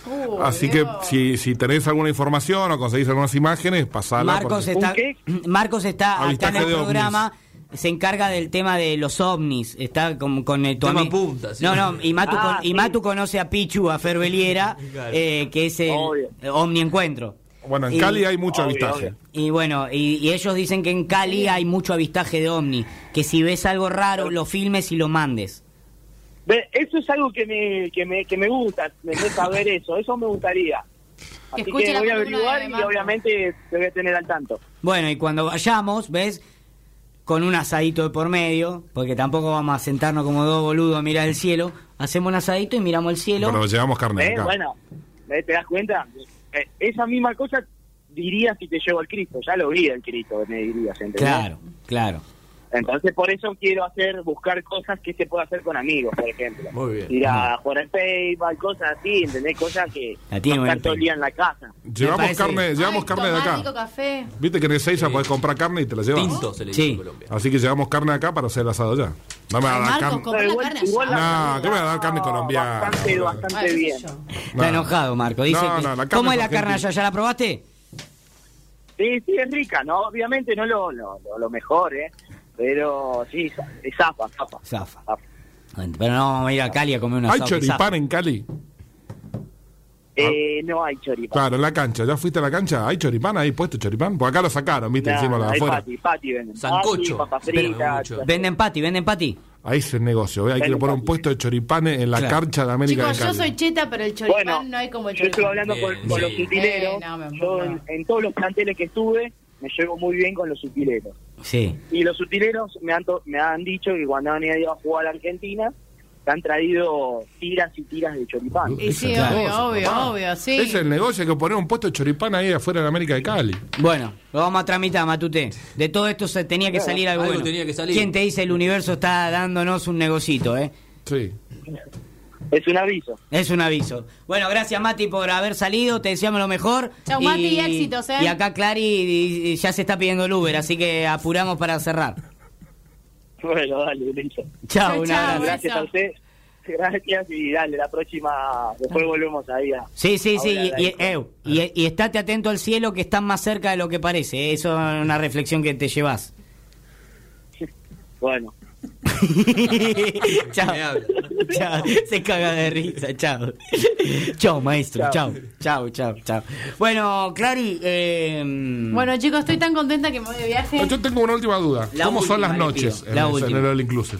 Uh,
Así que
Dios.
si, si tenés alguna información o conseguís algunas imágenes, pasala.
Marcos
porque-
está,
¿Un qué?
Marcos está acá en
Avistaje
el
de ovnis.
programa. Se encarga del tema de los ovnis, está con, con el tu
Tema
ami-
punta, sí.
No, no, y Matu,
Ah,
con- y
sí.
Matu conoce a Pichu, a Ferbeliera,
Claro.
que es el
Obvio.
Omni Encuentro.
Bueno, en
Y-
Cali hay mucho
Obvio,
avistaje.
obvio.
Y bueno, y, y ellos dicen que en Cali hay mucho avistaje de ovni, que si ves algo raro lo filmes y lo mandes.
Ve, Eso es algo que me, que me, que me gusta, me gusta saber eso, eso me gustaría. Así que,
escuche la
voy a
columna de
averiguar y
Marco.
obviamente te voy a tener al tanto.
Bueno, y cuando vayamos, ¿ves? Con un asadito de por medio, porque tampoco vamos a sentarnos como dos boludos a mirar el cielo. Hacemos un asadito y miramos el cielo.
Bueno, llevamos carne
Eh,
acá.
Bueno, eh, ¿te das cuenta? Eh, esa misma cosa diría si te llevo al Cristo, ya lo vi al Cristo, me dirías, ¿entendés?
claro, claro.
Entonces por eso quiero hacer, buscar cosas que se pueda hacer con amigos, por ejemplo.
Muy bien.
Ir a jugar al paintball, cosas así, ¿entendés? Cosas que
La tiene
no
buena
estar todo el día en la casa.
Me
Llevamos
parece-
carne, llevamos
Ay,
carne de
tomá
acá.
rico café.
Viste que en Ezeiza
Sí.
podés comprar carne y te la llevas.
Tinto se le
Sí.
dice en Colombia.
Así que llevamos carne acá para hacer el asado allá. No me va a dar
Marcos,
carne.
Comprá
Pero
carne allá.
la-
No, ¿qué me va a dar carne colombiana?
Bastante, bastante
Ay, qué sé
bien.
yo.
No.
Está enojado, Marco. Dice
No,
que-
no, la carne
¿Cómo es
es
la carne allá?
argentina.
¿Ya la probaste?
Sí, sí, es rica, ¿no? Obviamente no lo, lo, lo- lo mejor, ¿eh? Pero sí, za- es zapa, zapa.
Ah.
Zafa.
Ah.
Pero no vamos a ir a Cali a comer una
¿Hay choripán en Cali?
Eh, no hay choripán.
Claro, en la cancha. ¿Ya fuiste a la cancha? ¿Hay choripán ahí puesto choripán? Porque acá lo sacaron, viste,
No,
encima de
hay
afuera.
pati, pati venden.
Sancocho.
Pati, papas
Pero-
fritas.
mucho.
Venden pati, venden pati.
Ahí es el negocio. ¿eh? Hay que
Hay
poner un
pati.
puesto de choripanes en la
Claro.
cancha de América
Chicos,
de
yo
Cali.
soy cheta, pero el choripán
Bueno,
no hay como el
yo estuve
choripán.
hablando con,
Bien,
con los
sí.
sutileros.
Eh, no, me
yo en, en todos los planteles que estuve, me llevo muy bien con los sutileros.
Sí.
Y los sutileros me han, to- me han dicho que cuando han ido a jugar a la Argentina, te han traído tiras y tiras de choripán.
Y sí,
Esa es la
obvio,
cosa,
obvio,
papá.
obvio, sí.
Es el negocio, hay que poner un puesto de choripán ahí afuera de América de Cali.
Bueno, lo vamos a tramitar, Matute. De todo esto se tenía que salir algo.
algo
bueno.
tenía que salir.
¿Quién te dice el universo está dándonos un negocito, eh?
Sí.
Es un aviso.
Es un aviso. Bueno, gracias Mati por haber salido, te deseamos lo mejor.
Chau, Mati, y éxitos, ¿eh?
Y acá Clary y- y ya se está pidiendo el Uber, así que apuramos para cerrar.
Bueno, dale, listo.
Chao,
Chau,
un
chau.
abrazo.
Gracias a
Beso.
usted. Gracias y dale, la próxima, después volvemos ahí a...
Sí, sí, sí,
Ahora,
y,
dale.
y- eu, y- y estate atento al cielo que están más cerca de lo que parece. eh. Eso es una reflexión que te llevas.
Bueno.
chao.
Me habla.
Chao. Se caga de risa, chao. Chao, maestro, chao. Chao, chao, chao. Bueno, Clary, eh,
Mm.
Bueno, chicos, estoy tan contenta que me voy de viaje.
Yo tengo una última duda.
La
¿Cómo son
última,
las
le
noches
pido.
en,
La
el-
última.
en el All Inclusive?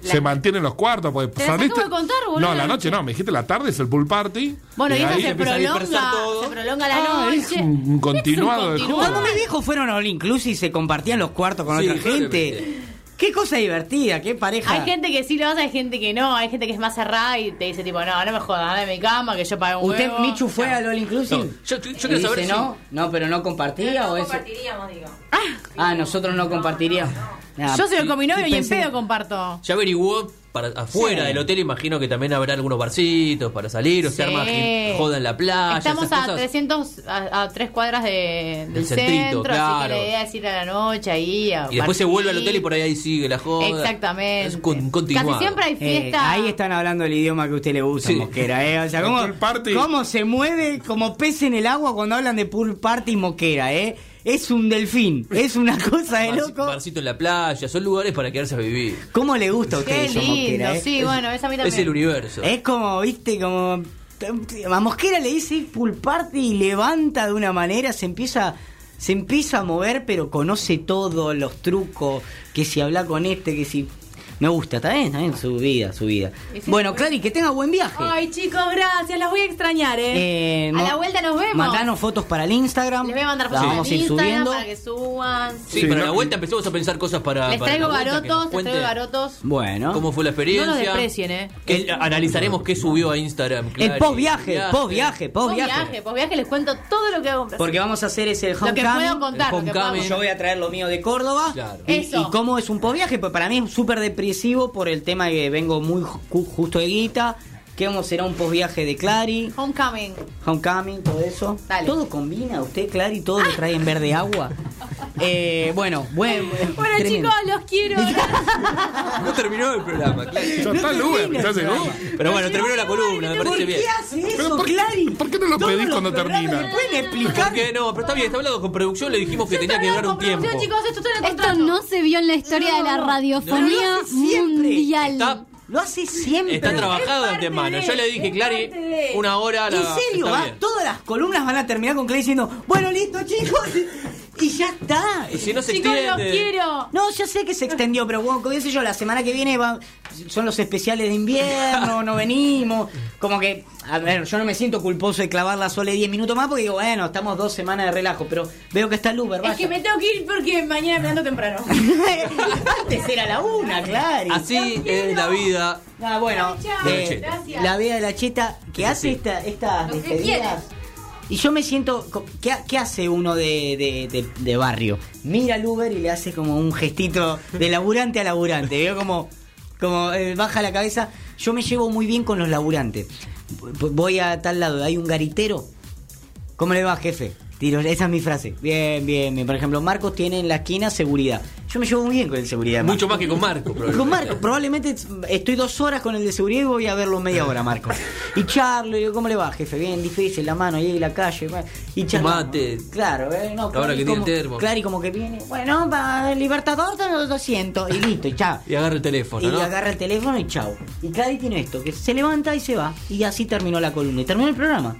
¿Se mantienen los cuartos? Porque
Te las acabo de contar, boludo,
No, la
la
noche
noche.
no. Me dijiste la tarde es el pool party.
bueno, y
de
eso
ahí
se
empieza a
prolonga,
dispersar todo.
se prolonga la
Ah, es
noche.
un- un
Es
continuado de
continuado.
Cuando mis viejos fueron a All Inclusive y se compartían los cuartos con
Sí,
otra gente. Qué cosa divertida, qué pareja.
Hay gente que sí lo hace, hay gente que no, hay gente que es más cerrada y te dice tipo, no, no me jodas, dame mi cama, que yo pago un
¿Usted,
huevo.
Michu, fue al All Inclusive?
No, yo- yo
Y
quiero saber
dice,
si-
no, no, pero no compartía
No
o eso.
compartiríamos, digo.
Ah, nosotros no compartiríamos.
No, no, no.
Nah,
Yo soy
y-
con mi novio y en
pensé- Ah,
pedo comparto.
Ya averiguó para afuera
Sí.
del hotel, imagino que también habrá algunos barcitos para salir o se
Sí.
arma gi- joda en la playa.
Estamos
esas
a
cosas.
300, a, a tres cuadras de, del
Del centrito,
centro, así
claro.
que la idea es ir a la noche ahí. A
Y después se
partir.
vuelve al hotel y por ahí, ahí sigue la joda.
Exactamente.
Es con, continuado.
Casi siempre hay
Eh,
fiesta.
ahí están hablando el idioma que a usted le gusta,
Sí.
Mosquera. ¿eh? O sea, cómo,
El pool party.
cómo se mueve como pez en el agua cuando hablan de pool party y Mosquera, ¿eh? Es un delfín, es una cosa de
Barci-
loco.
Barcito en la playa, son lugares para quedarse a vivir.
¿Cómo le gusta a usted
Qué
eso,
lindo,
Mosquera? eh?
sí, bueno, esa a mí también.
Es el universo.
Es como, viste, como. A Mosquera le dice pool party y levanta de una manera, se empieza. Se empieza a mover, pero conoce todo, los trucos, que si habla con este, que si. Me gusta, está bien, está bien, su vida, su vida.
Y sí,
Bueno,
sí.
Clary, que tenga buen viaje.
Ay, chicos, gracias, las voy a extrañar, ¿eh?
Eh,
a
no-
la vuelta nos vemos.
Mandanos fotos para el Instagram.
Les voy a mandar
la
fotos
vamos a
en
ir
Instagram
subiendo.
para que suban.
Sí,
Sí,
para
no-
la vuelta empecemos a pensar cosas Ah, para.
Les
para
traigo
la vuelta, que nos
barotos, les traigo
cuente
barotos.
Bueno.
¿Cómo fue la experiencia?
No los desprecien, eh.
Que analizaremos qué subió a Instagram.
El
Clary.
Eh, post viaje, post viaje, post
Post viaje,
viaje.
post viaje les cuento todo lo que hago en Brasil.
Porque vamos a hacer ese
lo que puedo
homecoming.
contar, lo que
homecoming.
puedo
Yo voy a traer lo mío de Córdoba.
Claro.
Y,
Eso.
y cómo es un post viaje, pues para mí es súper depresivo por el tema de que vengo muy ju- justo de guita. que ¿Cómo será un post viaje de Clary?
Homecoming.
Homecoming, todo eso.
Dale.
Todo combina, usted, Clary, todo lo trae en verde agua. Eh, bueno, bueno.
Bueno,
tremendo.
chicos, los quiero.
No terminó el programa, Clary.
Ya está el Uber, ya llegó.
Pero bueno, terminó la columna, me parece bien.
hace
Pero ¿por qué- por qué no lo
Todos
pedís
los
cuando
programas
termina?
me pueden explicar?
¿Por qué no? Pero está bien, está hablando con producción, le dijimos que tenía que
Perdón,
llegar un tiempo.
producción, chicos, esto está en el
Esto
contrato.
no se vio en la historia de la
No,
radiofonía
no, no, siempre.
mundial.
Está,
Lo hace siempre.
está trabajado de
parte
antemano.
de-
Yo le dije,
es
Clary,
parte de-
una hora. la-
En serio,
está
va,
bien.
todas las columnas van a terminar con Clay diciendo, bueno, listo, chicos, y ya está.
Si no se
Chicos, los
extiende.
quiero.
No, ya sé que se extendió, pero bueno, qué sé yo, la semana que viene va- son los especiales de invierno, no venimos. Como que, a ver, yo no me siento culposo de clavar la sole 10 minutos más porque digo, bueno, estamos dos semanas de relajo, pero veo que está el Uber,
Es que
vaya.
me tengo que ir porque mañana me ando temprano.
Antes era la una, claro.
Así es la vida.
Ah, bueno,
Chao,
eh,
gracias.
la vida de la cheta que hace
sí.
esta, estas
Lo que
despedidas. Y yo me siento. co- ¿Qué, ha- qué hace uno de, de- de- de barrio? Mira al Uber y le hace como un gestito de laburante a laburante. Veo como, como eh, baja la cabeza. Yo me llevo muy bien con los laburantes. V- Voy a tal lado, hay un garitero. ¿Cómo le va, jefe? Tiro, esa es mi frase. Bien, bien, bien. Por ejemplo, Marcos tiene en la esquina seguridad. Yo me llevo muy bien con el seguridad. de Marcos.
Mucho más que con Marco. probablemente.
Con Marco, probablemente estoy dos horas con el de seguridad y voy a verlo media hora, Marco. Y charlo, y digo, ¿cómo le va, jefe? Bien, difícil, la mano, ahí en la calle. bueno, Y charlo.
Mate.
Claro, eh, no,
Ahora que tiene
como-
termo.
Claro, y como que viene, bueno, para el Libertador te doy 200, y listo, y chao.
Y agarra el
Y
teléfono,
le
¿no?
agarra el teléfono y chao. Y Clary tiene esto, que se levanta y se va. Y así terminó la columna. Y terminó el programa.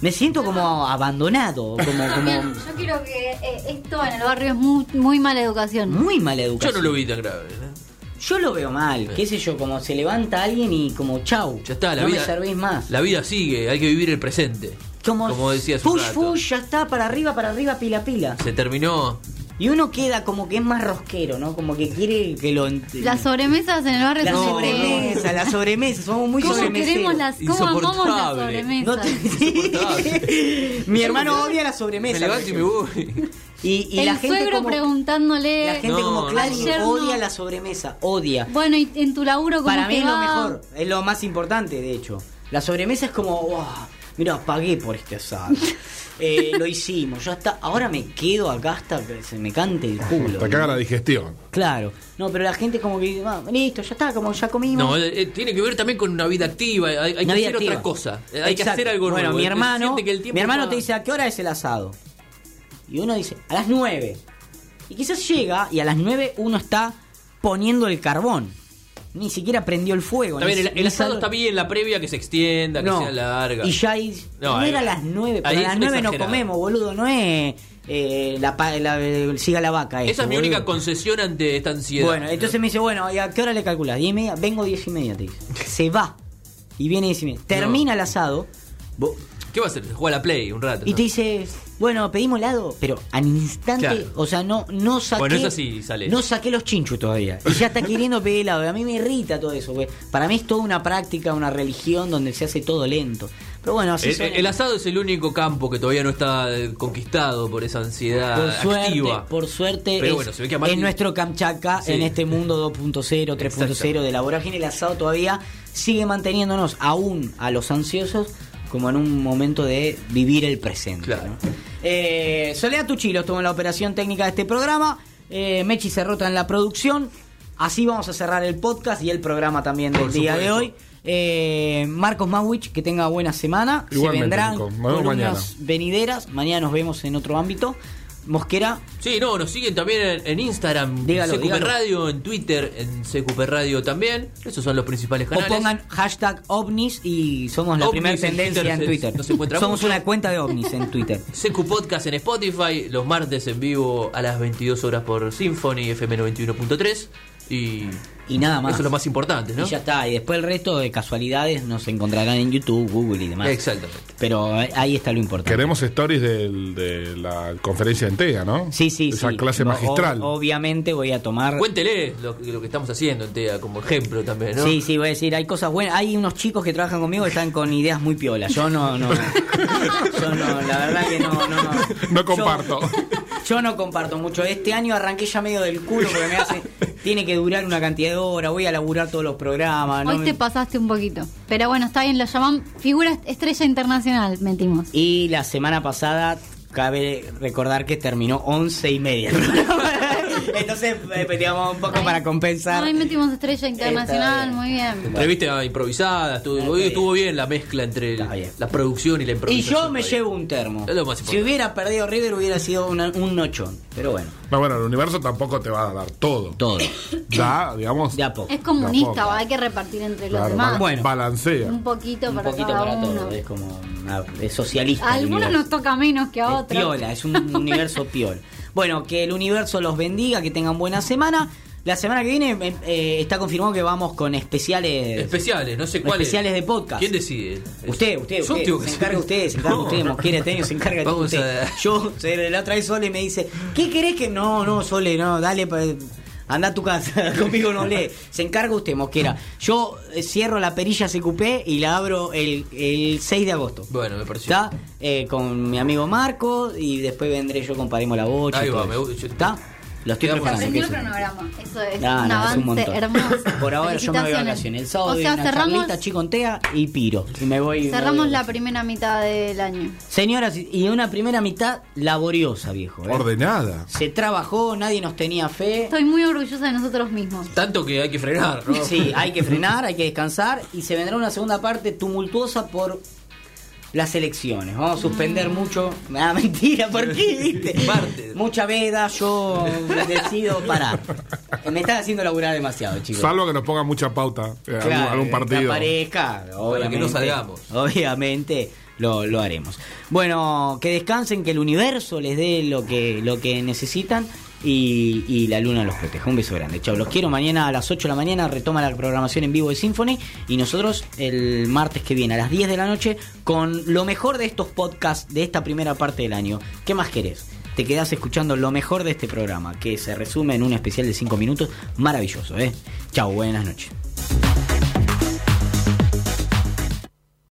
Me siento como abandonado, como, como
Yo quiero que eh, esto en el barrio es muy, muy mala educación.
muy mal
Yo
educado.
no lo vi tan grave. ¿no?
Yo lo veo mal, qué sé yo, como se levanta alguien y como chau,
Ya está, la
no
vida.
me servís más.
La vida sigue, hay que vivir el presente.
como
decías
push, push, ya está, para arriba, para arriba, pila, pila.
Se terminó.
Y uno queda como que es más rosquero, ¿no? Como que quiere que lo... ent-
Las sobremesas en el barrio
La
son de-
sobremesa, la sobremesa, somos muy
¿Cómo
sobremeseros.
queremos las, cómo amamos las
Insoportable.
sobremesas?
No te- Mi hermano odia la sobremesa.
Me levanto y me voy.
Y, y
el
la gente
suegro
como,
preguntándole.
la gente
No,
como
no.
Clary
Ayer no.
odia la sobremesa, odia.
Bueno, y en tu laburo cómo
Para mí
te
es lo
va?
mejor, es lo más importante, de hecho. La sobremesa es como, wow, mira, pagué por este asado. Eh, lo hicimos, ya está. Ahora me quedo acá hasta que se me cante el culo.
Te caga la digestión.
Claro. No, pero la gente como que, ah, listo, ya está, como ya comimos.
No, eh, eh, tiene que ver también con una vida activa. Hay, hay que
Una vida
hacer
activa.
otra cosa. Eh, Hay que
Exacto.
hacer algo
Bueno,
nuevo.
mi
Eh,
hermano,
siente que el tiempo
mi hermano
está-
te dice, ¿a qué hora es el asado? Y uno dice, a las 9. Y quizás llega y a las 9 uno está poniendo el carbón. Ni siquiera prendió el fuego.
Está bien,
ni-
el, el
ni
asado
sal-
está bien, la previa que se extienda, que
No.
sea larga.
Y ya ahí,
No,
no,
ahí-
era a las 9,
ahí
pero a las
es
9 no
exagerado.
comemos, boludo, no es eh, la, pa- la- eh, siga la vaca.
Esa
esto,
es mi
boludo.
única concesión ante esta ansiedad.
Bueno, entonces me dice, bueno, ¿y a qué hora le calculas? 10 y media, vengo 10 y media, te dice. Se va y viene 10 y media. Termina el asado
Vos- ¿Qué va a hacer? Juega a la play un rato.
y
¿no?
te dice, bueno, pedimos helado, pero al instante,
Claro.
o sea, no, no saqué.
Bueno, eso sí sale.
No saqué los chinchos todavía. Y ya está queriendo pedir helado. Y a mí me irrita todo eso, güey. Para mí es toda una práctica, una religión donde se hace todo lento. Pero
Pero bueno, así
El,
suena.
el asado es el único campo que todavía no está eh, conquistado por esa ansiedad
Por suerte,
activa.
por suerte
Pero
es,
bueno, se ve que a Mati-
es nuestro Kamchatka
Sí.
en este mundo 2.0, 3.0 de la vorágine. El asado todavía sigue manteniéndonos aún a los ansiosos como en un momento de vivir el presente.
Claro.
¿no? Eh, Soledad Tuchilo estuvo en la operación técnica de este programa. Eh, Mechi Cerrota en la producción. Así vamos a cerrar el podcast y el programa también del
Por
día de
supuesto.
hoy. Eh, Marcos Mawich, que tenga buena semana.
Igualmente,
Se vendrán
Nico. Nos vemos
columnas venideras. Mañana nos vemos en otro ámbito. Mosquera,
Sí, no, nos siguen también en, en Instagram,
Dígalo,
CQP
dígalo.
Radio, en Twitter, en CQP Radio también. Esos son los principales canales.
O pongan hashtag ovnis y somos la
Ovnis
primera
en
tendencia
Twitter
en
se-
Twitter.
no se encuentra
somos
mucho.
una cuenta de ovnis en Twitter.
CQ Podcast en Spotify, los martes en vivo a las 22 horas por Symphony FM 91.3 y eso
Y nada más.
es lo más importante, ¿no?
Y ya está. Y después el resto de casualidades nos encontrarán en YouTube, Google y demás.
Exactamente.
Pero eh, ahí está lo importante.
Queremos stories del- de la conferencia de Entega, ¿no?
Sí, sí,
Esa
sí.
clase
No,
magistral.
o- obviamente voy a tomar.
Cuéntele lo, lo que estamos haciendo en TEA como ejemplo también, ¿no?
Sí, sí, voy a decir, hay cosas buenas. Hay unos chicos que trabajan conmigo que están con ideas muy piolas. Yo no, no. Yo no, la verdad que no, no.
No
Yo-
comparto.
Yo no comparto mucho. Este año arranqué ya medio del culo porque me hace. Tiene que durar una cantidad de horas, voy a laburar todos los programas. no
Hoy
me-
te pasaste un poquito. Pero bueno, está bien, lo llaman figura estrella internacional, metimos.
Y la semana pasada, cabe recordar que terminó 11 y media. el programa. Entonces, eh, peleamos un poco
Ahí-
para compensar.
Ahí metimos estrella internacional,
bien.
muy bien.
Entrevista improvisada, estuvo,
Está
hoy
bien.
estuvo bien la mezcla entre el-
Está bien.
la producción y la
Y
improvisación.
yo me llevo un termo.
Es lo más
Si
importante.
hubiera perdido River, hubiera sido una- un nochón. Pero bueno,
No, bueno, el universo tampoco te va a dar todo.
todo.
Da, digamos.
De a poco.
Es comunista,
Tampoco.
hay que repartir entre los
claro,
demás.
ba-
Bueno.
Balancea.
Un poquito
un
para
poquito
cada
para
uno.
todo. eh. Es como. una- es socialista.
A
el
algunos
universo.
nos toca menos que a
Es
otros.
Piola, es un universo piol. Bueno, que el universo los bendiga, que tengan buena semana. La semana que viene eh, eh, está confirmado que vamos con especiales.
Especiales, no sé cuáles.
Especiales de podcast.
¿Quién decide?
Usted, usted,
Yo
usted,
tengo que
se encarga
hacer-
usted, se encarga
No,
usted,
no.
Mosquera Teño, se encarga
Vamos
usted.
a-
Yo, se- la otra vez Sole me dice, ¿qué querés que...? No, no, Sole, no, dale, pa- anda a tu casa, conmigo no lee. Se encarga usted, Mosquera. Yo eh, cierro la perilla CQP y la abro el, el 6 de agosto.
Bueno, me pareció.
¿Está? Eh, con mi amigo Marco y después vendré yo con Paremos la Bocha. y
Ahí va,
todo eso.
me- yo-
¿Está? Lo estoy
Quedamos
Se
preparando.
aprendió el
que eso-
cronograma. Eso es
Ah,
un
no, es un
avance
montón.
hermoso.
Por ahora yo me voy de vacaciones. El sábado
o
doy
sea,
una
cerramos,
charlita, chicontea y piro. Y me voy. me voy
cerramos
de
la
vacaciones.
primera mitad del año.
Señoras, y una primera mitad laboriosa, viejo. ¿eh?
Ordenada.
Se trabajó, nadie nos tenía fe.
Estoy muy orgullosa de nosotros mismos.
Tanto que hay que frenar, ¿no?
Sí, hay que frenar, hay que descansar. Y se vendrá una segunda parte tumultuosa por las elecciones. Vamos a
Mm.
suspender mucho. Ah, mentira, ¿por qué? ¿Viste?
Martes.
Mucha veda, yo decido parar. Me están haciendo laburar demasiado, chicos.
Salvo que nos ponga mucha pauta eh, algún-
Claro,
algún,
que
partido.
aparezca, obviamente.
no salgamos.
Obviamente lo, lo haremos. Bueno, que descansen, que el universo les dé lo que, lo que necesitan y, y la luna los proteja. Un beso grande. Chao, los quiero. Mañana a las 8 de la mañana retoma la programación en vivo de Symphony y nosotros el martes que viene a las 10 de la noche con lo mejor de estos podcasts de esta primera parte del año. ¿Qué más querés? Te quedás escuchando lo mejor de este programa, que se resume en un especial de 5 minutos maravilloso, ¿eh? Chao, buenas noches.